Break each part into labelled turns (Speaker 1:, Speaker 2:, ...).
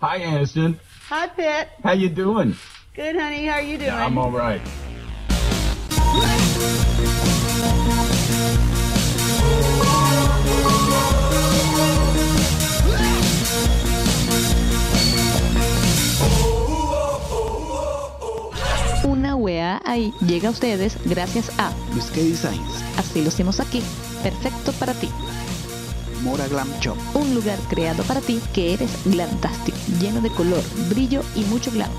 Speaker 1: Hi, Aniston.
Speaker 2: Hi, Pitt.
Speaker 1: How you doing?
Speaker 2: Good, honey. How are you doing?
Speaker 1: I'm all right.
Speaker 3: Una weá ahí llega a ustedes gracias a
Speaker 4: Luis K Designs,
Speaker 3: Así lo hicimos aquí. Perfecto para ti.
Speaker 4: Mora Glam Shop,
Speaker 3: Un lugar creado para ti que eres glantastic, lleno de color, brillo y mucho glam.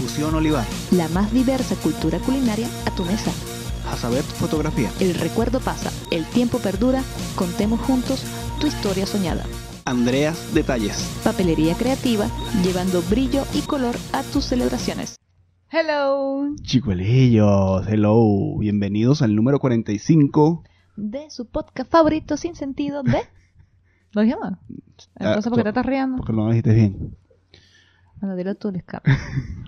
Speaker 4: Fusión Olivar,
Speaker 3: La más diversa cultura culinaria a tu mesa.
Speaker 4: Hazabet Fotografía,
Speaker 3: El recuerdo pasa, el tiempo perdura, contemos juntos tu historia soñada.
Speaker 4: Andreas Detalles,
Speaker 3: Papelería creativa, llevando brillo y color a tus celebraciones.
Speaker 2: Hello.
Speaker 4: Chicuelillos, hello, bienvenidos al número 45.
Speaker 3: De su podcast favorito sin sentido de... ¿Lo dije
Speaker 4: Ah,
Speaker 3: mal? Entonces, ¿por qué te estás riendo?
Speaker 4: Porque no lo dijiste bien,
Speaker 3: Bueno, dilo tú, Luis Carlos.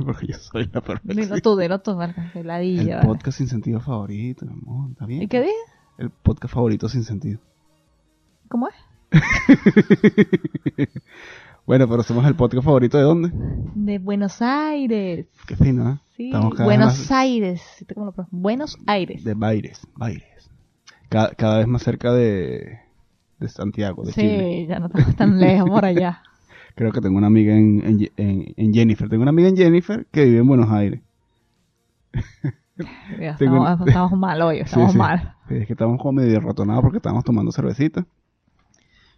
Speaker 4: porque yo soy la
Speaker 3: Dilo
Speaker 4: perfección.
Speaker 3: tú, dilo tú, Marca. de
Speaker 4: El
Speaker 3: ladilla, vale.
Speaker 4: podcast sin sentido favorito, mi amor, ¿está bien?
Speaker 3: ¿Y qué dije?
Speaker 4: El podcast favorito sin sentido.
Speaker 3: ¿Cómo es?
Speaker 4: Bueno, pero somos el podcast favorito de dónde?
Speaker 3: De Buenos Aires.
Speaker 4: Qué fino, ¿eh?
Speaker 3: Sí,
Speaker 4: Estamos cada vez
Speaker 3: Buenos
Speaker 4: más-
Speaker 3: Aires. ¿sí te- cómo lo pro- Buenos Aires.
Speaker 4: De Baires, Baires. Ca- Cada, vez más cerca de, de Santiago, de
Speaker 3: sí,
Speaker 4: Chile.
Speaker 3: ya no estamos tan lejos por allá.
Speaker 4: Creo que tengo una amiga en, en Ye- en- en Jennifer. Tengo una amiga en Jennifer que vive en Buenos Aires.
Speaker 3: Ya,
Speaker 4: Tengo
Speaker 3: estamos,
Speaker 4: un-
Speaker 3: estamos mal hoy,
Speaker 4: Sí,
Speaker 3: estamos
Speaker 4: sí.
Speaker 3: mal.
Speaker 4: Sí, Es que estábamos como medio rotonados porque estábamos tomando cervecita.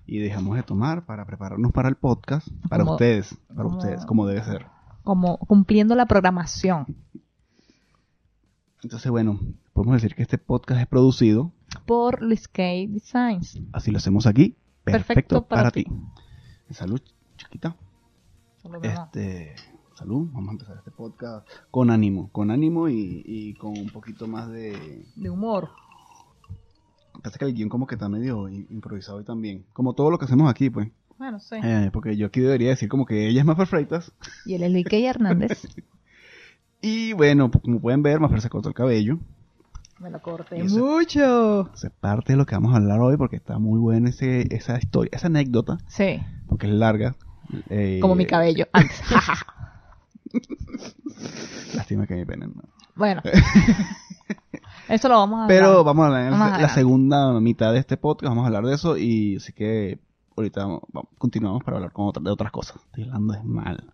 Speaker 4: Y dejamos de tomar para prepararnos para el podcast. Para
Speaker 3: Como-
Speaker 4: ustedes, para
Speaker 3: como-
Speaker 4: ustedes, como debe ser.
Speaker 3: Como cumpliendo la programación
Speaker 4: Entonces, bueno, podemos decir que este podcast es producido.
Speaker 3: por Luis K. Designs.
Speaker 4: Así lo hacemos aquí. Perfecto,
Speaker 3: Perfecto para
Speaker 4: para,
Speaker 3: ti.
Speaker 4: ti. Salud, chiquita.
Speaker 3: Solo que no.
Speaker 4: Este, salud, vamos a empezar este podcast con ánimo, con ánimo y, y con un poquito más de...
Speaker 3: De humor.
Speaker 4: Pasa que el guión como que está medio i- improvisado y también, como todo lo que hacemos aquí, pues.
Speaker 3: Bueno, sí.
Speaker 4: Eh, porque yo aquí debería decir como que ella es más perfectas.
Speaker 3: Y él es Luis K. Hernández.
Speaker 4: Y bueno, pues, como pueden ver, Mafer se cortó el cabello.
Speaker 3: Me lo corté
Speaker 4: Y ese-
Speaker 3: mucho.
Speaker 4: Eso es parte de lo que vamos a hablar hoy porque está muy buena ese, esa historia, esa anécdota,
Speaker 3: Sí,
Speaker 4: porque es larga. Eh,
Speaker 3: como mi cabello antes.
Speaker 4: Lástima que mi pene no.
Speaker 3: bueno. Eso lo vamos a
Speaker 4: Pero
Speaker 3: hablar.
Speaker 4: vamos a hablar en
Speaker 3: Vamos
Speaker 4: la- la
Speaker 3: adelante.
Speaker 4: segunda mitad de este podcast, vamos a hablar de eso y así que ahorita vamos- vamos- continuamos para hablar con otra- de otras cosas. Estoy hablando es mal.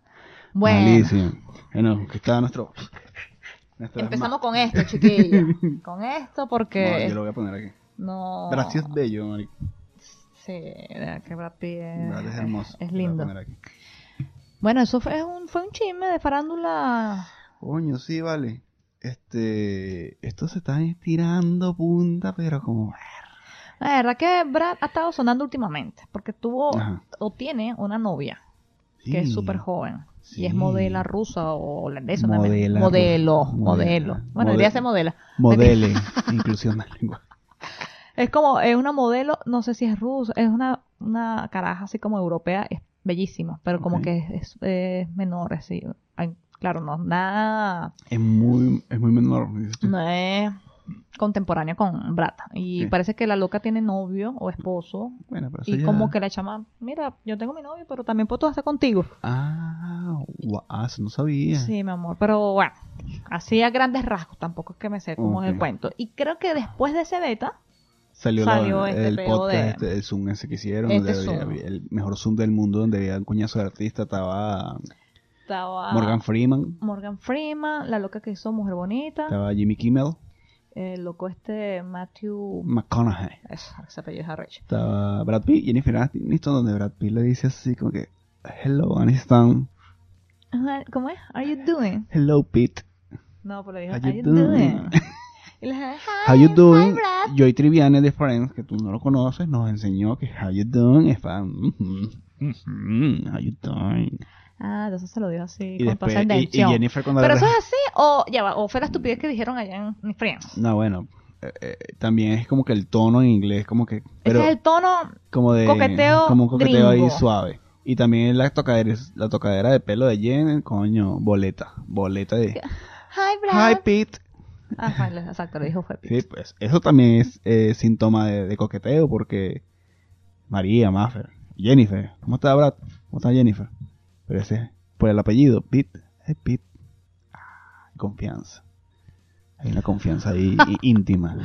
Speaker 3: Bueno,
Speaker 4: Malísimo. Bueno, aquí está nuestro... nuestro-
Speaker 3: empezamos con esto, chiquillo. con esto
Speaker 4: No,
Speaker 3: porque... Oh.
Speaker 4: yo lo voy a poner aquí.
Speaker 3: No.
Speaker 4: Gracias, bello, marico.
Speaker 3: Sí, eh, que Brad Pitt es,
Speaker 4: Gracias, hermoso.
Speaker 3: es
Speaker 4: Lo voy a
Speaker 3: lindo.
Speaker 4: poner aquí.
Speaker 3: Bueno, eso fue un, fue un chisme de farándula.
Speaker 4: Coño, sí, vale. Este... Estos se están estirando punta, pero como...
Speaker 3: La verdad que Brad ha estado sonando últimamente, porque tuvo
Speaker 4: Ajá.
Speaker 3: o tiene una novia
Speaker 4: Sí.
Speaker 3: Oh, que es súper joven. Y es
Speaker 4: Sí.
Speaker 3: modela rusa o holandesa. una
Speaker 4: Modela
Speaker 3: men-
Speaker 4: rusa.
Speaker 3: modelo,
Speaker 4: Modela.
Speaker 3: modelo. Bueno,
Speaker 4: Model-
Speaker 3: debería ser modela.
Speaker 4: Modele. inclusión de lengua.
Speaker 3: Es como, es una modelo, no sé si es rusa, es una, una caraja así como europea, es bellísima, pero como
Speaker 4: Ok.
Speaker 3: que es, es- es menor, así. Ay, Claro, no, nada,
Speaker 4: Es muy, es muy menor. dices tú.
Speaker 3: no es contemporánea con Brad. Y
Speaker 4: Sí.
Speaker 3: parece que la loca tiene novio o esposo.
Speaker 4: Bueno, pero eso
Speaker 3: Y
Speaker 4: ya-
Speaker 3: como que la chama, mira, yo tengo mi novio, pero también puedo hacer contigo.
Speaker 4: Ah, gua- ah, eso no sabía.
Speaker 3: Sí, mi amor, pero bueno, así a grandes rasgos, tampoco es que me sé cómo es el
Speaker 4: Ok.
Speaker 3: cuento. Y creo que después de ese beta,
Speaker 4: Salió, la-
Speaker 3: Salió este
Speaker 4: el
Speaker 3: peo
Speaker 4: podcast,
Speaker 3: de-
Speaker 4: este, el Zoom ese que hicieron,
Speaker 3: Este
Speaker 4: donde había-
Speaker 3: Zoom.
Speaker 4: el mejor Zoom del mundo, donde había un coñazo de artista, estaba
Speaker 3: estaba
Speaker 4: Morgan Freeman,
Speaker 3: Morgan Freeman, la loca que hizo Mujer Bonita,
Speaker 4: estaba Jimmy Kimmel,
Speaker 3: el loco este Matthew...
Speaker 4: McConaughey,
Speaker 3: Eso, ese apellido es arrecho.
Speaker 4: estaba Brad Pitt, Jennifer Aniston, donde Brad Pitt le dice así como que, hello Aniston,
Speaker 3: Ajá, ¿Cómo es? Are you doing?
Speaker 4: hello Pete,
Speaker 3: No, pero le dijo,
Speaker 4: how
Speaker 3: Are
Speaker 4: you
Speaker 3: you doing?
Speaker 4: doing?
Speaker 3: Y le dije,
Speaker 4: How you doing?
Speaker 3: Brad.
Speaker 4: Joy Triviane de Friends, que tú no lo conoces, nos enseñó que how you doing es fan, mhm, mhm, how you doing.
Speaker 3: Ah, entonces se lo dijo así,
Speaker 4: Y
Speaker 3: con
Speaker 4: después,
Speaker 3: toda esa
Speaker 4: y- y,
Speaker 3: intención.
Speaker 4: Jennifer cuando
Speaker 3: Pero
Speaker 4: le
Speaker 3: eso es así, o ya va, o fue la estupidez que dijeron allá en mis Friends.
Speaker 4: No, bueno, eh, eh, también es como que el tono en inglés, como que, pero
Speaker 3: Ese es el tono,
Speaker 4: como de
Speaker 3: coqueteo
Speaker 4: como un coqueteo ahí
Speaker 3: gringo.
Speaker 4: suave. Y también la tocadera, la tocadera de pelo de Jen, coño, boleta, boleta de
Speaker 3: hi Brad.
Speaker 4: Hi Pete.
Speaker 3: Ah, vale, exacto, le dijo fue
Speaker 4: Sí, pues eso también es eh, síntoma de, de coqueteo porque María, Maffer, Jennifer, ¿cómo está Brad? ¿Cómo está Jennifer? Pero ese por el apellido, Pitt. Eh, Pitt. Ah, confianza. Hay una confianza ahí í- íntima.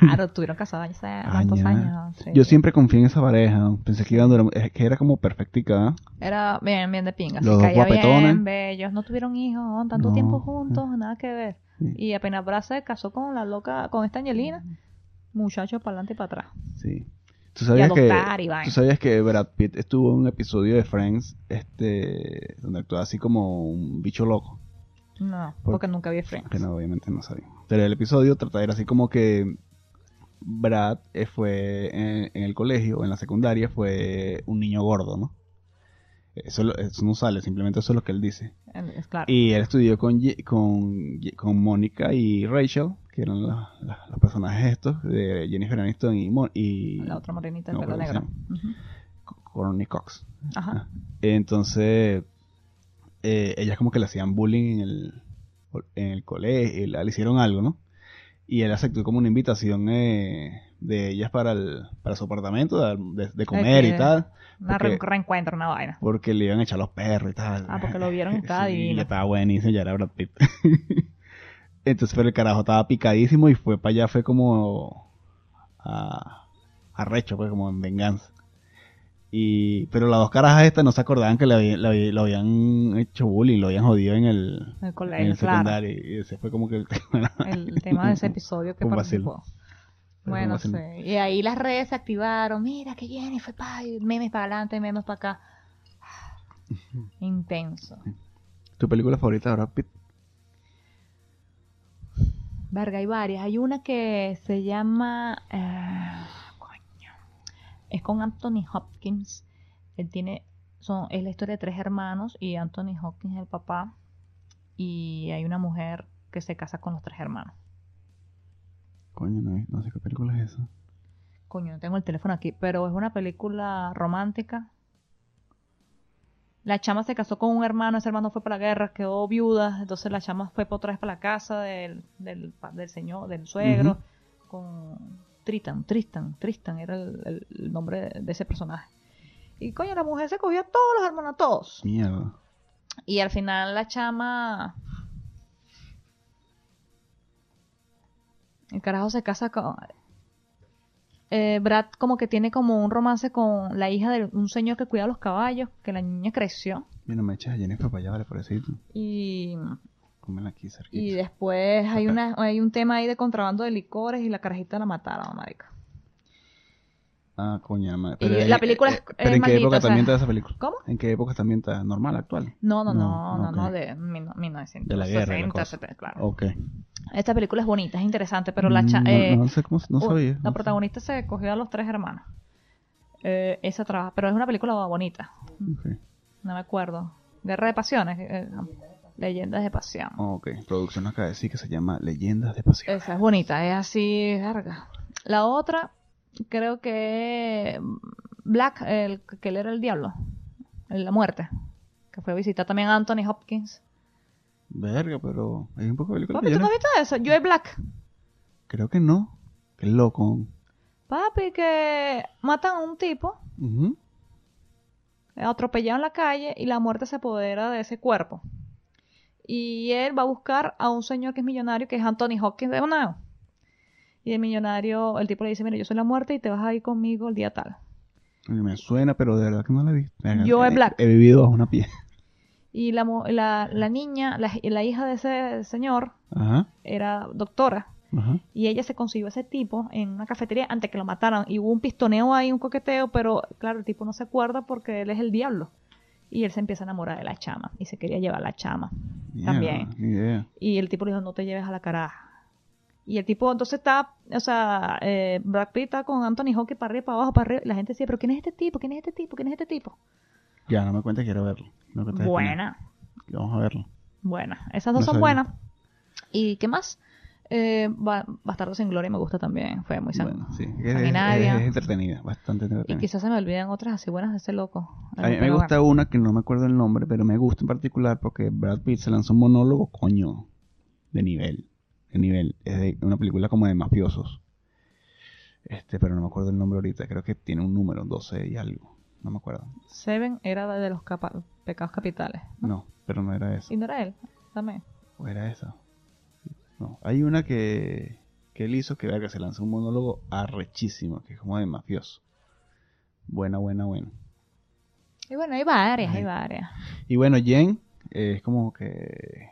Speaker 3: Claro, estuvieron casados hace tantos
Speaker 4: Años.
Speaker 3: años. sí.
Speaker 4: Yo siempre confié en esa pareja. Pensé que iban a durar- es que era como perfectica. ¿eh?
Speaker 3: Era bien, bien de pinga.
Speaker 4: Los
Speaker 3: se caía
Speaker 4: guapetones.
Speaker 3: bien, bellos. No tuvieron hijos, ¿no? tanto
Speaker 4: No. eh.
Speaker 3: tiempo juntos, nada que ver.
Speaker 4: Sí.
Speaker 3: Y apenas Brad se casó con la loca, con esta Angelina, muchachos para adelante y para atrás.
Speaker 4: Sí. ¿Tú sabías, que,
Speaker 3: adoptar y vaina.
Speaker 4: ¿Tú sabías que Brad Pitt estuvo en un episodio de Friends este, donde actuaba así como un bicho loco?
Speaker 3: No,
Speaker 4: Por-
Speaker 3: porque nunca vi Friends.
Speaker 4: Que no, obviamente no sabía. Pero el episodio trataba era así como que Brad eh, fue en, en el colegio, en la secundaria, fue un niño gordo, ¿no? Eso, lo- eso no sale, simplemente eso es lo que él dice.
Speaker 3: Eh, es Claro.
Speaker 4: Y él estudió con, Ye- con, Ye- con Mónica y Rachel, que eran la- la- los personajes estos de Jennifer Aniston y, Mon- y
Speaker 3: la otra morenita de
Speaker 4: no,
Speaker 3: pelo
Speaker 4: pero
Speaker 3: negro.
Speaker 4: sí. Ah,
Speaker 3: Ujú.
Speaker 4: Courtney Cox.
Speaker 3: Ajá.
Speaker 4: Entonces, eh, ellas como que le hacían bullying en el, en el colegio, le, le hicieron algo, ¿no? Y él aceptó como una invitación eh, de ellas para, el, para su apartamento, de, de comer
Speaker 3: que-
Speaker 4: y tal,
Speaker 3: Una
Speaker 4: Porque-
Speaker 3: re- reencuentro, una vaina.
Speaker 4: porque le iban a echar los perros y tal.
Speaker 3: Ah, porque lo vieron y estaba
Speaker 4: Sí,
Speaker 3: divino.
Speaker 4: ya estaba buenísimo, ya era Brad Pitt. Entonces, pero el carajo estaba picadísimo y fue para allá, fue como a, arrecho, pues como en venganza. Y, pero las dos carajas estas no se acordaban que le, había- le había- lo habían hecho bullying, lo habían jodido en el,
Speaker 3: En el
Speaker 4: en
Speaker 3: colegio,
Speaker 4: el
Speaker 3: claro.
Speaker 4: secundario. Y ese fue como que el tema.
Speaker 3: El tema de ese episodio que
Speaker 4: Fue un vacilo.
Speaker 3: participó.
Speaker 4: Fue un
Speaker 3: Bueno, sí.
Speaker 4: vacilo.
Speaker 3: Y ahí las redes se activaron. Mira que Jennifer, pa, y memes para adelante, memes para acá. Intenso.
Speaker 4: ¿Tu película favorita de Brad Pitt?
Speaker 3: Verga, hay varias. Hay una que se llama. eh, coño. Es con Anthony Hopkins. Él tiene. Son, es la historia de tres hermanos y Anthony Hopkins es el papá. Y hay una mujer que se casa con los tres hermanos.
Speaker 4: Coño, no, no sé qué película es esa.
Speaker 3: Coño, no tengo el teléfono aquí, pero es una película romántica. La chama se casó con un hermano, ese hermano fue para la guerra, quedó viuda, entonces la chama fue pa- otra vez para la casa del, del, pa- del señor, del suegro, con Tristan, Tristan, Tristan era el, el- el nombre de, de ese personaje. Y coño, la mujer se cogió a todos los hermanos, a todos.
Speaker 4: Mierda.
Speaker 3: Y al final la chama. El carajo se casa con. Eh, Brad como que tiene como un romance con la hija de un señor que cuida los caballos, que la niña creció.
Speaker 4: Mira, me echas a Jennifer para allá, vale, pobrecito.
Speaker 3: Y,
Speaker 4: Cómela aquí
Speaker 3: y
Speaker 4: cerquita.
Speaker 3: después hay una hay un tema ahí de contrabando de licores y la carajita la mataron, marica.
Speaker 4: Ah, coño, madre.
Speaker 3: Y la
Speaker 4: eh,
Speaker 3: película
Speaker 4: eh,
Speaker 3: es-
Speaker 4: Pero ¿en
Speaker 3: es
Speaker 4: qué
Speaker 3: maldita,
Speaker 4: época
Speaker 3: o sea-
Speaker 4: también está esa película?
Speaker 3: ¿Cómo?
Speaker 4: ¿En qué época también está normal, actual?
Speaker 3: No, no, no, no,
Speaker 4: No,
Speaker 3: no,
Speaker 4: ok.
Speaker 3: de mil- 1960,
Speaker 4: De la guerra y la cosa.
Speaker 3: 70, claro.
Speaker 4: Ok.
Speaker 3: Esta película es bonita, es interesante, pero la
Speaker 4: Mm,
Speaker 3: cha-
Speaker 4: no,
Speaker 3: eh,
Speaker 4: no sé cómo, no
Speaker 3: Un-
Speaker 4: sabía.
Speaker 3: La
Speaker 4: no
Speaker 3: protagonista se cogió a los tres hermanos. Eh, esa trabaja, pero es una película bonita.
Speaker 4: sé.
Speaker 3: No me acuerdo. Guerra de pasiones. eh, no. Leyendas de pasión.
Speaker 4: Ok, ok. producción acá de sí que se llama Leyendas de Pasión.
Speaker 3: Esa es bonita, es así, larga. La otra, creo que mm, Black, el que él era el diablo. el- La muerte. Que fue a visitar también a Anthony Hopkins.
Speaker 4: Verga, pero hay un poco de película.
Speaker 3: Papi,
Speaker 4: que yo
Speaker 3: ¿tú no
Speaker 4: no-
Speaker 3: has visto eso? Yo es Black.
Speaker 4: Creo que no. Qué loco.
Speaker 3: Papi, que matan a un tipo
Speaker 4: Ujú.
Speaker 3: atropellado en la calle y la muerte se apodera de ese cuerpo. Y él va a buscar a un señor que es millonario, que es Anthony Hopkins de Bonao. Y el millonario, el tipo le dice, mira, yo soy la muerte y te vas a ir conmigo el día tal.
Speaker 4: Ay, Me suena, pero de verdad que no la he visto. Verga,
Speaker 3: Yo
Speaker 4: he,
Speaker 3: es Black.
Speaker 4: He vivido bajo una piel.
Speaker 3: Y la, mu- la, la niña, la, la hija de ese señor,
Speaker 4: Ajá,
Speaker 3: era doctora.
Speaker 4: ajá.
Speaker 3: Y ella se consiguió a ese tipo en una cafetería antes que lo mataran. Y hubo un pistoneo ahí, un coqueteo, pero claro, el tipo no se acuerda porque él es el diablo. Y él se empieza a enamorar de la chama. Y se quería llevar la chama.
Speaker 4: Mierda,
Speaker 3: También.
Speaker 4: Ni idea.
Speaker 3: Y el tipo le dijo, no te lleves a la caraja. Y el tipo entonces está, o sea, eh, Brad Pitt está con Anthony Hopkins para arriba, para abajo, para arriba. Y la gente decía, pero ¿quién es este tipo? ¿Quién es este tipo? ¿Quién es este tipo?
Speaker 4: Ya, no me cuentes, quiero verlo. No me cuentes,
Speaker 3: Buena,
Speaker 4: no. Vamos a verlo.
Speaker 3: buena. Esas dos
Speaker 4: No
Speaker 3: son
Speaker 4: sabía.
Speaker 3: buenas. ¿Y qué más? Eh, Ba- Bastardos sin Gloria me gusta también. Fue muy sanguíneo.
Speaker 4: Bueno, sí. Es,
Speaker 3: sanguinaria.
Speaker 4: es- es entretenida, bastante
Speaker 3: Y
Speaker 4: entretenida.
Speaker 3: quizás se me olvidan otras así buenas de ese loco.
Speaker 4: A mí me
Speaker 3: Pero
Speaker 4: gusta
Speaker 3: bueno.
Speaker 4: una que no me acuerdo el nombre, pero me gusta en particular porque Brad Pitt se lanzó un monólogo, coño, de nivel. De nivel. Es de una película como de mafiosos. Este, pero no me acuerdo el nombre ahorita. Creo que tiene un número, 12 y algo. no me acuerdo.
Speaker 3: Seven era la de los capa- pecados capitales.
Speaker 4: No, pero no era eso.
Speaker 3: Y no era él, también.
Speaker 4: ¿O era esa? No, hay una que, que él hizo que, verga, se lanzó un monólogo arrechísimo, que es como de mafioso. Buena, buena, buena.
Speaker 3: Y bueno, hay varias, hay
Speaker 4: Ay.
Speaker 3: varias.
Speaker 4: Y bueno, Jen eh, es como que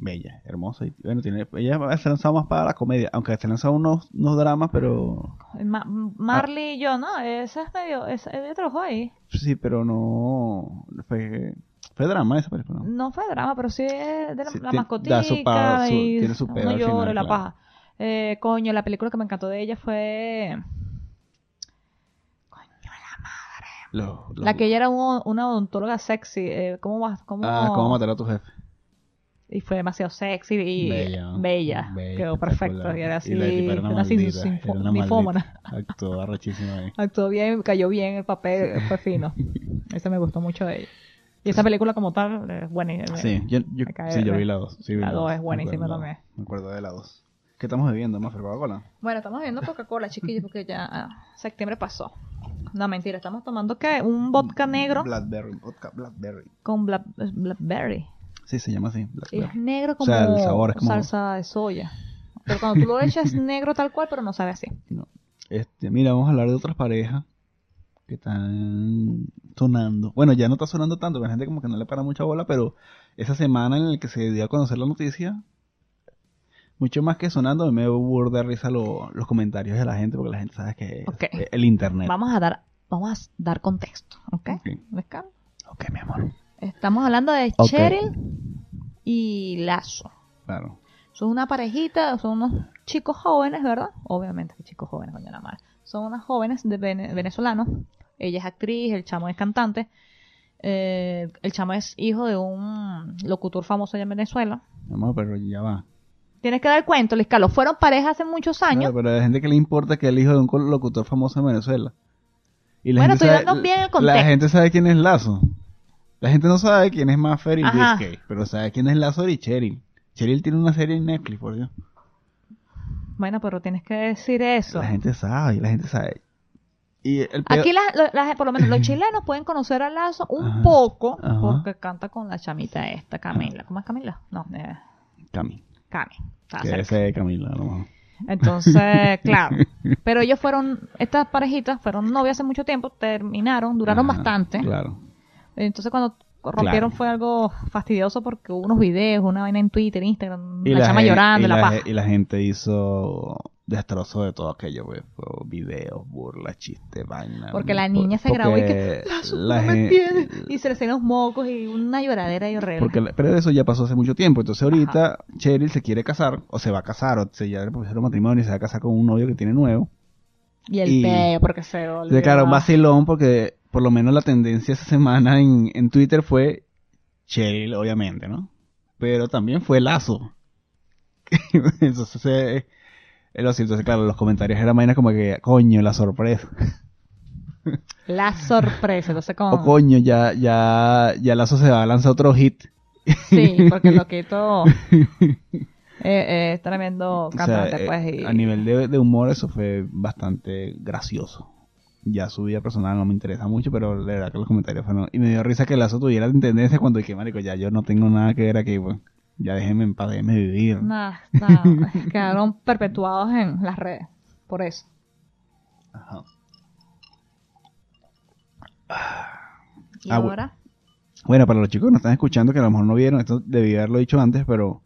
Speaker 4: bella, hermosa. Y bueno, tiene, ella se ha lanzado más para la comedia, aunque se ha lanzado unos, unos dramas, pero
Speaker 3: Ma- Marley y yo, ¿no? Esa es medio. Esa, ella trabajó ahí.
Speaker 4: sí, pero no fue, fue drama esa película. ¿no?
Speaker 3: No fue drama, pero sí es de la,
Speaker 4: Sí,
Speaker 3: la
Speaker 4: tiene-
Speaker 3: mascotica.
Speaker 4: da su pa- su-
Speaker 3: y
Speaker 4: tiene su
Speaker 3: uno
Speaker 4: pedo al
Speaker 3: llora
Speaker 4: final,
Speaker 3: y la
Speaker 4: claro.
Speaker 3: paja. Eh, coño, la película que me encantó de ella fue. Coño, la madre.
Speaker 4: Los- los-
Speaker 3: La que ella era un- una odontóloga sexy. eh, ¿Cómo vas? ¿Cómo...
Speaker 4: Ah, cómo matar a tu jefe.
Speaker 3: Y fue demasiado sexy y
Speaker 4: Bella, ¿no?
Speaker 3: bella.
Speaker 4: Bella,
Speaker 3: Quedó perfecto.
Speaker 4: espectacular.
Speaker 3: Y era así.
Speaker 4: Y la tipa era una
Speaker 3: una sin-
Speaker 4: maldita,
Speaker 3: sinfo-
Speaker 4: era una
Speaker 3: ninfómana.
Speaker 4: Actuó arrechísima ahí.
Speaker 3: Actuó bien, cayó bien el papel, fue fino. Esa me gustó mucho de ella. Y esa película como tal es buena. y-
Speaker 4: Sí, yo, yo-
Speaker 3: Acá
Speaker 4: sí, yo
Speaker 3: era-
Speaker 4: vi la 2. Sí, vi
Speaker 3: la dos es
Speaker 4: Me
Speaker 3: buenísima
Speaker 4: acuerdo,
Speaker 3: también.
Speaker 4: Me acuerdo de la 2. ¿Qué estamos bebiendo? ¿Más Coca-Cola?
Speaker 3: Bueno, estamos viendo Coca-Cola, chiquillos, porque ya ah, septiembre pasó. No, mentira, estamos tomando ¿qué? un vodka negro
Speaker 4: Blackberry, vodka Blackberry.
Speaker 3: con bla- es blackberry.
Speaker 4: Sí, se llama así, Blackberry.
Speaker 3: Es negro
Speaker 4: O
Speaker 3: como,
Speaker 4: sea, el sabor es como-
Speaker 3: salsa de soya. Pero cuando tú lo echas es negro tal cual, pero no sabe así.
Speaker 4: No. Este, mira, vamos a hablar de otras parejas que están sonando. Bueno, ya no está sonando tanto, porque la gente como que no le para mucha bola, pero esa semana en la que se dio a conocer la noticia, mucho más que sonando, me burda de risa lo- los comentarios de la gente, porque la gente sabe que es
Speaker 3: Ok.
Speaker 4: el internet.
Speaker 3: Vamos a dar, vamos a dar contexto, ¿ok?
Speaker 4: Ok.
Speaker 3: Descarga.
Speaker 4: ok, mi amor.
Speaker 3: Estamos hablando de
Speaker 4: Ok.
Speaker 3: Cheryl y Lazo.
Speaker 4: Claro.
Speaker 3: Son una parejita, son unos chicos jóvenes, ¿verdad? Obviamente que chicos jóvenes, coño la madre. Son unas jóvenes de vene- venezolanos. Ella es actriz, el chamo es cantante. Eh, el chamo es hijo de un locutor famoso allá en Venezuela.
Speaker 4: Mi amor, pero ya va.
Speaker 3: Tienes que dar cuento, Luis Carlos. Fueron pareja hace muchos años.
Speaker 4: Claro, pero a la gente que le importa que el hijo de un col- locutor famoso en Venezuela. Y
Speaker 3: Bueno,
Speaker 4: gente
Speaker 3: estoy dando bien el
Speaker 4: La
Speaker 3: contexto.
Speaker 4: gente sabe quién es Lazo. La gente no sabe quién es Maffer y
Speaker 3: Ajá.
Speaker 4: Biscay, pero sabe quién es Lazo y Cheryl. Cheryl tiene una serie en Netflix, por Dios.
Speaker 3: Bueno, pero tienes que decir eso.
Speaker 4: La gente sabe, la gente sabe. Y el peor-
Speaker 3: Aquí, la- lo- la- por lo menos, los chilenos pueden conocer a Lazo un
Speaker 4: Ajá,
Speaker 3: poco
Speaker 4: ajá.
Speaker 3: porque canta con la chamita esta, Camila. ¿Cómo es Camila? No, eh,
Speaker 4: Cami.
Speaker 3: Cami. Estaba
Speaker 4: Que
Speaker 3: Ah, cerca.
Speaker 4: ese es Camila, a lo mejor.
Speaker 3: Entonces, claro. Pero ellos fueron, estas parejitas fueron novias hace mucho tiempo, terminaron, duraron
Speaker 4: Ajá,
Speaker 3: bastante.
Speaker 4: Claro.
Speaker 3: Entonces, cuando rompieron
Speaker 4: Claro.
Speaker 3: fue algo fastidioso porque hubo unos videos, una vaina en Twitter, Instagram,
Speaker 4: Y
Speaker 3: la, chama
Speaker 4: gen-
Speaker 3: llorando,
Speaker 4: y
Speaker 3: la, paja.
Speaker 4: ge- Y la gente hizo destrozo de todo aquello, pues. fue Videos, burlas, chistes, vaina.
Speaker 3: Porque la niña se
Speaker 4: porque
Speaker 3: grabó y que,
Speaker 4: la
Speaker 3: no me
Speaker 4: gen-
Speaker 3: entiendes. Y se le hacían los mocos y una lloradera y horrible.
Speaker 4: Porque la- pero eso ya pasó hace mucho tiempo. Entonces ahorita Cheryl se quiere casar, o se va a casar, o se ya le propusieron matrimonio y se va a casar con un novio que tiene nuevo.
Speaker 3: y el
Speaker 4: y-
Speaker 3: peo, porque se volvió.
Speaker 4: Entonces, claro, un vacilón, porque por lo menos la tendencia esa semana en, en Twitter fue Cheryl, obviamente, ¿no? Pero también fue Lazo. Entonces, eh, eh, lo siento, claro, los comentarios eran vainas como que, coño, la sorpresa.
Speaker 3: La sorpresa. Entonces,
Speaker 4: O
Speaker 3: como.
Speaker 4: Oh, coño, ya, ya, ya Lazo se va a lanzar otro hit.
Speaker 3: Sí, porque lo quito. Eh, eh, tremendo
Speaker 4: O sea,
Speaker 3: cantante,
Speaker 4: eh,
Speaker 3: pues. Y,
Speaker 4: A nivel de, de humor eso fue bastante gracioso. Ya su vida personal no me interesa mucho, pero la verdad que los comentarios fueron... Y me dio risa que Lazo tuviera tendencia cuando dije, marico, ya yo no tengo nada que ver aquí, pues. Ya déjenme en paz, déjenme vivir.
Speaker 3: Nada, nada. Quedaron perpetuados en las redes. Por eso.
Speaker 4: Ajá.
Speaker 3: Y
Speaker 4: Ah, bu-
Speaker 3: ahora,
Speaker 4: Bueno, para los chicos que nos están escuchando, que a lo mejor no vieron, esto debí haberlo dicho antes, pero...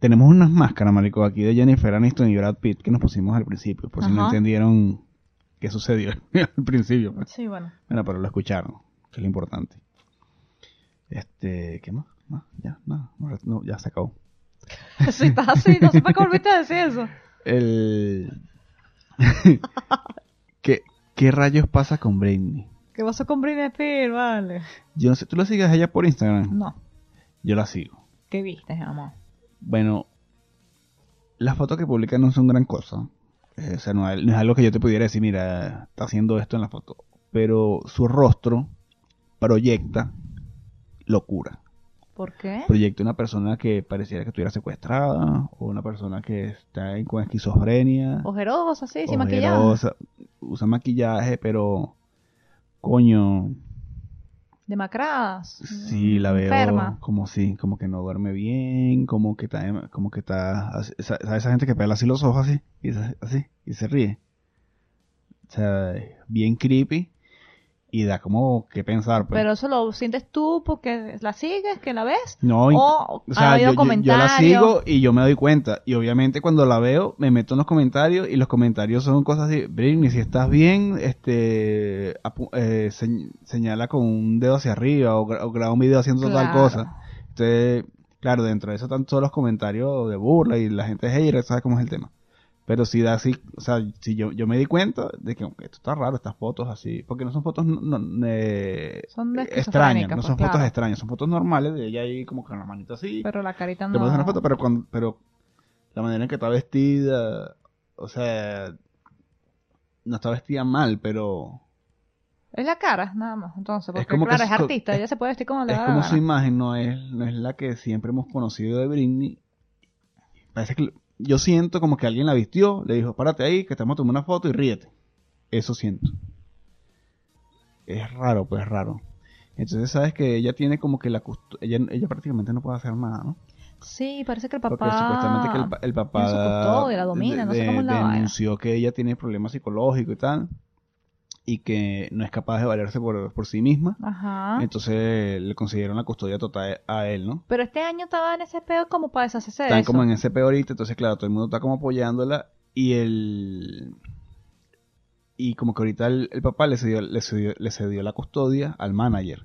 Speaker 4: Tenemos unas máscaras, marico, aquí de Jennifer Aniston y Brad Pitt que nos pusimos al principio. Por si no
Speaker 3: Ajá.
Speaker 4: entendieron qué sucedió al principio. pues.
Speaker 3: sí, bueno.
Speaker 4: Bueno, pero lo escucharon, que es lo importante. Este, ¿qué más? No, ya, nada, no, no, ya se acabó.
Speaker 3: Si estás así, no sé por qué volviste a decir eso.
Speaker 4: El... ¿Qué, ¿Qué rayos pasa con Britney?
Speaker 3: ¿Qué pasó con Britney Spears? Vale.
Speaker 4: Yo no sé, ¿tú la sigues a ella por Instagram?
Speaker 3: No.
Speaker 4: Yo la sigo.
Speaker 3: ¿Qué viste, mi amor?
Speaker 4: Bueno, las fotos que publica no son gran cosa. Eh, O sea, no es no es algo que yo te pudiera decir, mira, está haciendo esto en la foto. Pero su rostro proyecta locura.
Speaker 3: ¿Por qué?
Speaker 4: proyecta una persona que pareciera que estuviera secuestrada o una persona que está en- con esquizofrenia
Speaker 3: Ojerosa, sí, sin maquillaje.
Speaker 4: ojerosa, usa maquillaje pero Coño.
Speaker 3: Demacradas. Mm.
Speaker 4: Sí, pues. la veo
Speaker 3: Enferma.
Speaker 4: como sí, como que no duerme bien, como que está, como que está, así- esa, esa gente que pela así los ojos así, y se- así, y se ríe. O sea, bien creepy y da como que pensar, pues.
Speaker 3: Pero eso lo sientes tú porque la sigues, que la ves.
Speaker 4: no, in-
Speaker 3: O,
Speaker 4: o
Speaker 3: ha
Speaker 4: sea, yo,
Speaker 3: habido
Speaker 4: yo- yo la
Speaker 3: comentarios.
Speaker 4: sigo y yo me doy cuenta. Y obviamente cuando la veo, me meto en los comentarios y los comentarios son cosas así. Britney, si estás bien, este apu- eh, señ- señala con un dedo hacia arriba o, gra- o graba un video haciendo tal
Speaker 3: Claro.
Speaker 4: cosa. Entonces, claro, dentro de eso están todos los comentarios de burla y la gente es hater, ¿sabes cómo es el tema? Pero si da así, o sea, si yo, yo me di cuenta de que aunque esto está raro, estas fotos así, porque no son fotos no- no- eh,
Speaker 3: Son de
Speaker 4: extrañas,
Speaker 3: esquizofrénicas,
Speaker 4: no
Speaker 3: pues,
Speaker 4: son
Speaker 3: claro.
Speaker 4: fotos extrañas, son fotos normales de ella ahí como con la manita así,
Speaker 3: Pero la carita no.
Speaker 4: te pones una foto, pero, cuando, pero la manera en que está vestida, o sea, no está vestida mal, pero
Speaker 3: Es la cara, nada más. Entonces, porque
Speaker 4: como que
Speaker 3: claro,
Speaker 4: es
Speaker 3: es
Speaker 4: co-
Speaker 3: artista,
Speaker 4: es-
Speaker 3: ella se puede vestir como le
Speaker 4: es
Speaker 3: da la
Speaker 4: como
Speaker 3: gana.
Speaker 4: su imagen no es, no es la que siempre hemos conocido de Britney. Parece que yo siento como que alguien la vistió, le dijo, párate ahí, que estamos tomando una foto y ríete. Eso siento. Es raro, pues es raro. Entonces sabes que ella tiene como que la custo- ella, ella prácticamente no puede hacer nada, ¿no?
Speaker 3: Sí, parece que el
Speaker 4: Porque supuestamente que el, pa-
Speaker 3: papá.
Speaker 4: el papá
Speaker 3: tiene su custodia, la domina, no sé cómo es la vaina.
Speaker 4: denunció que ella tiene problemas psicológicos y tal, y que no es capaz de valerse por, por sí misma.
Speaker 3: Ajá.
Speaker 4: eh, Entonces le consiguieron la custodia total a él, ¿no?
Speaker 3: Pero este año estaba en ese pedo como para deshacerse de
Speaker 4: Están
Speaker 3: eso.
Speaker 4: como en ese peor ahorita, entonces claro, todo el mundo está como apoyándola y el... Y como que ahorita el, el papá le cedió, le, cedió, le cedió la custodia al manager.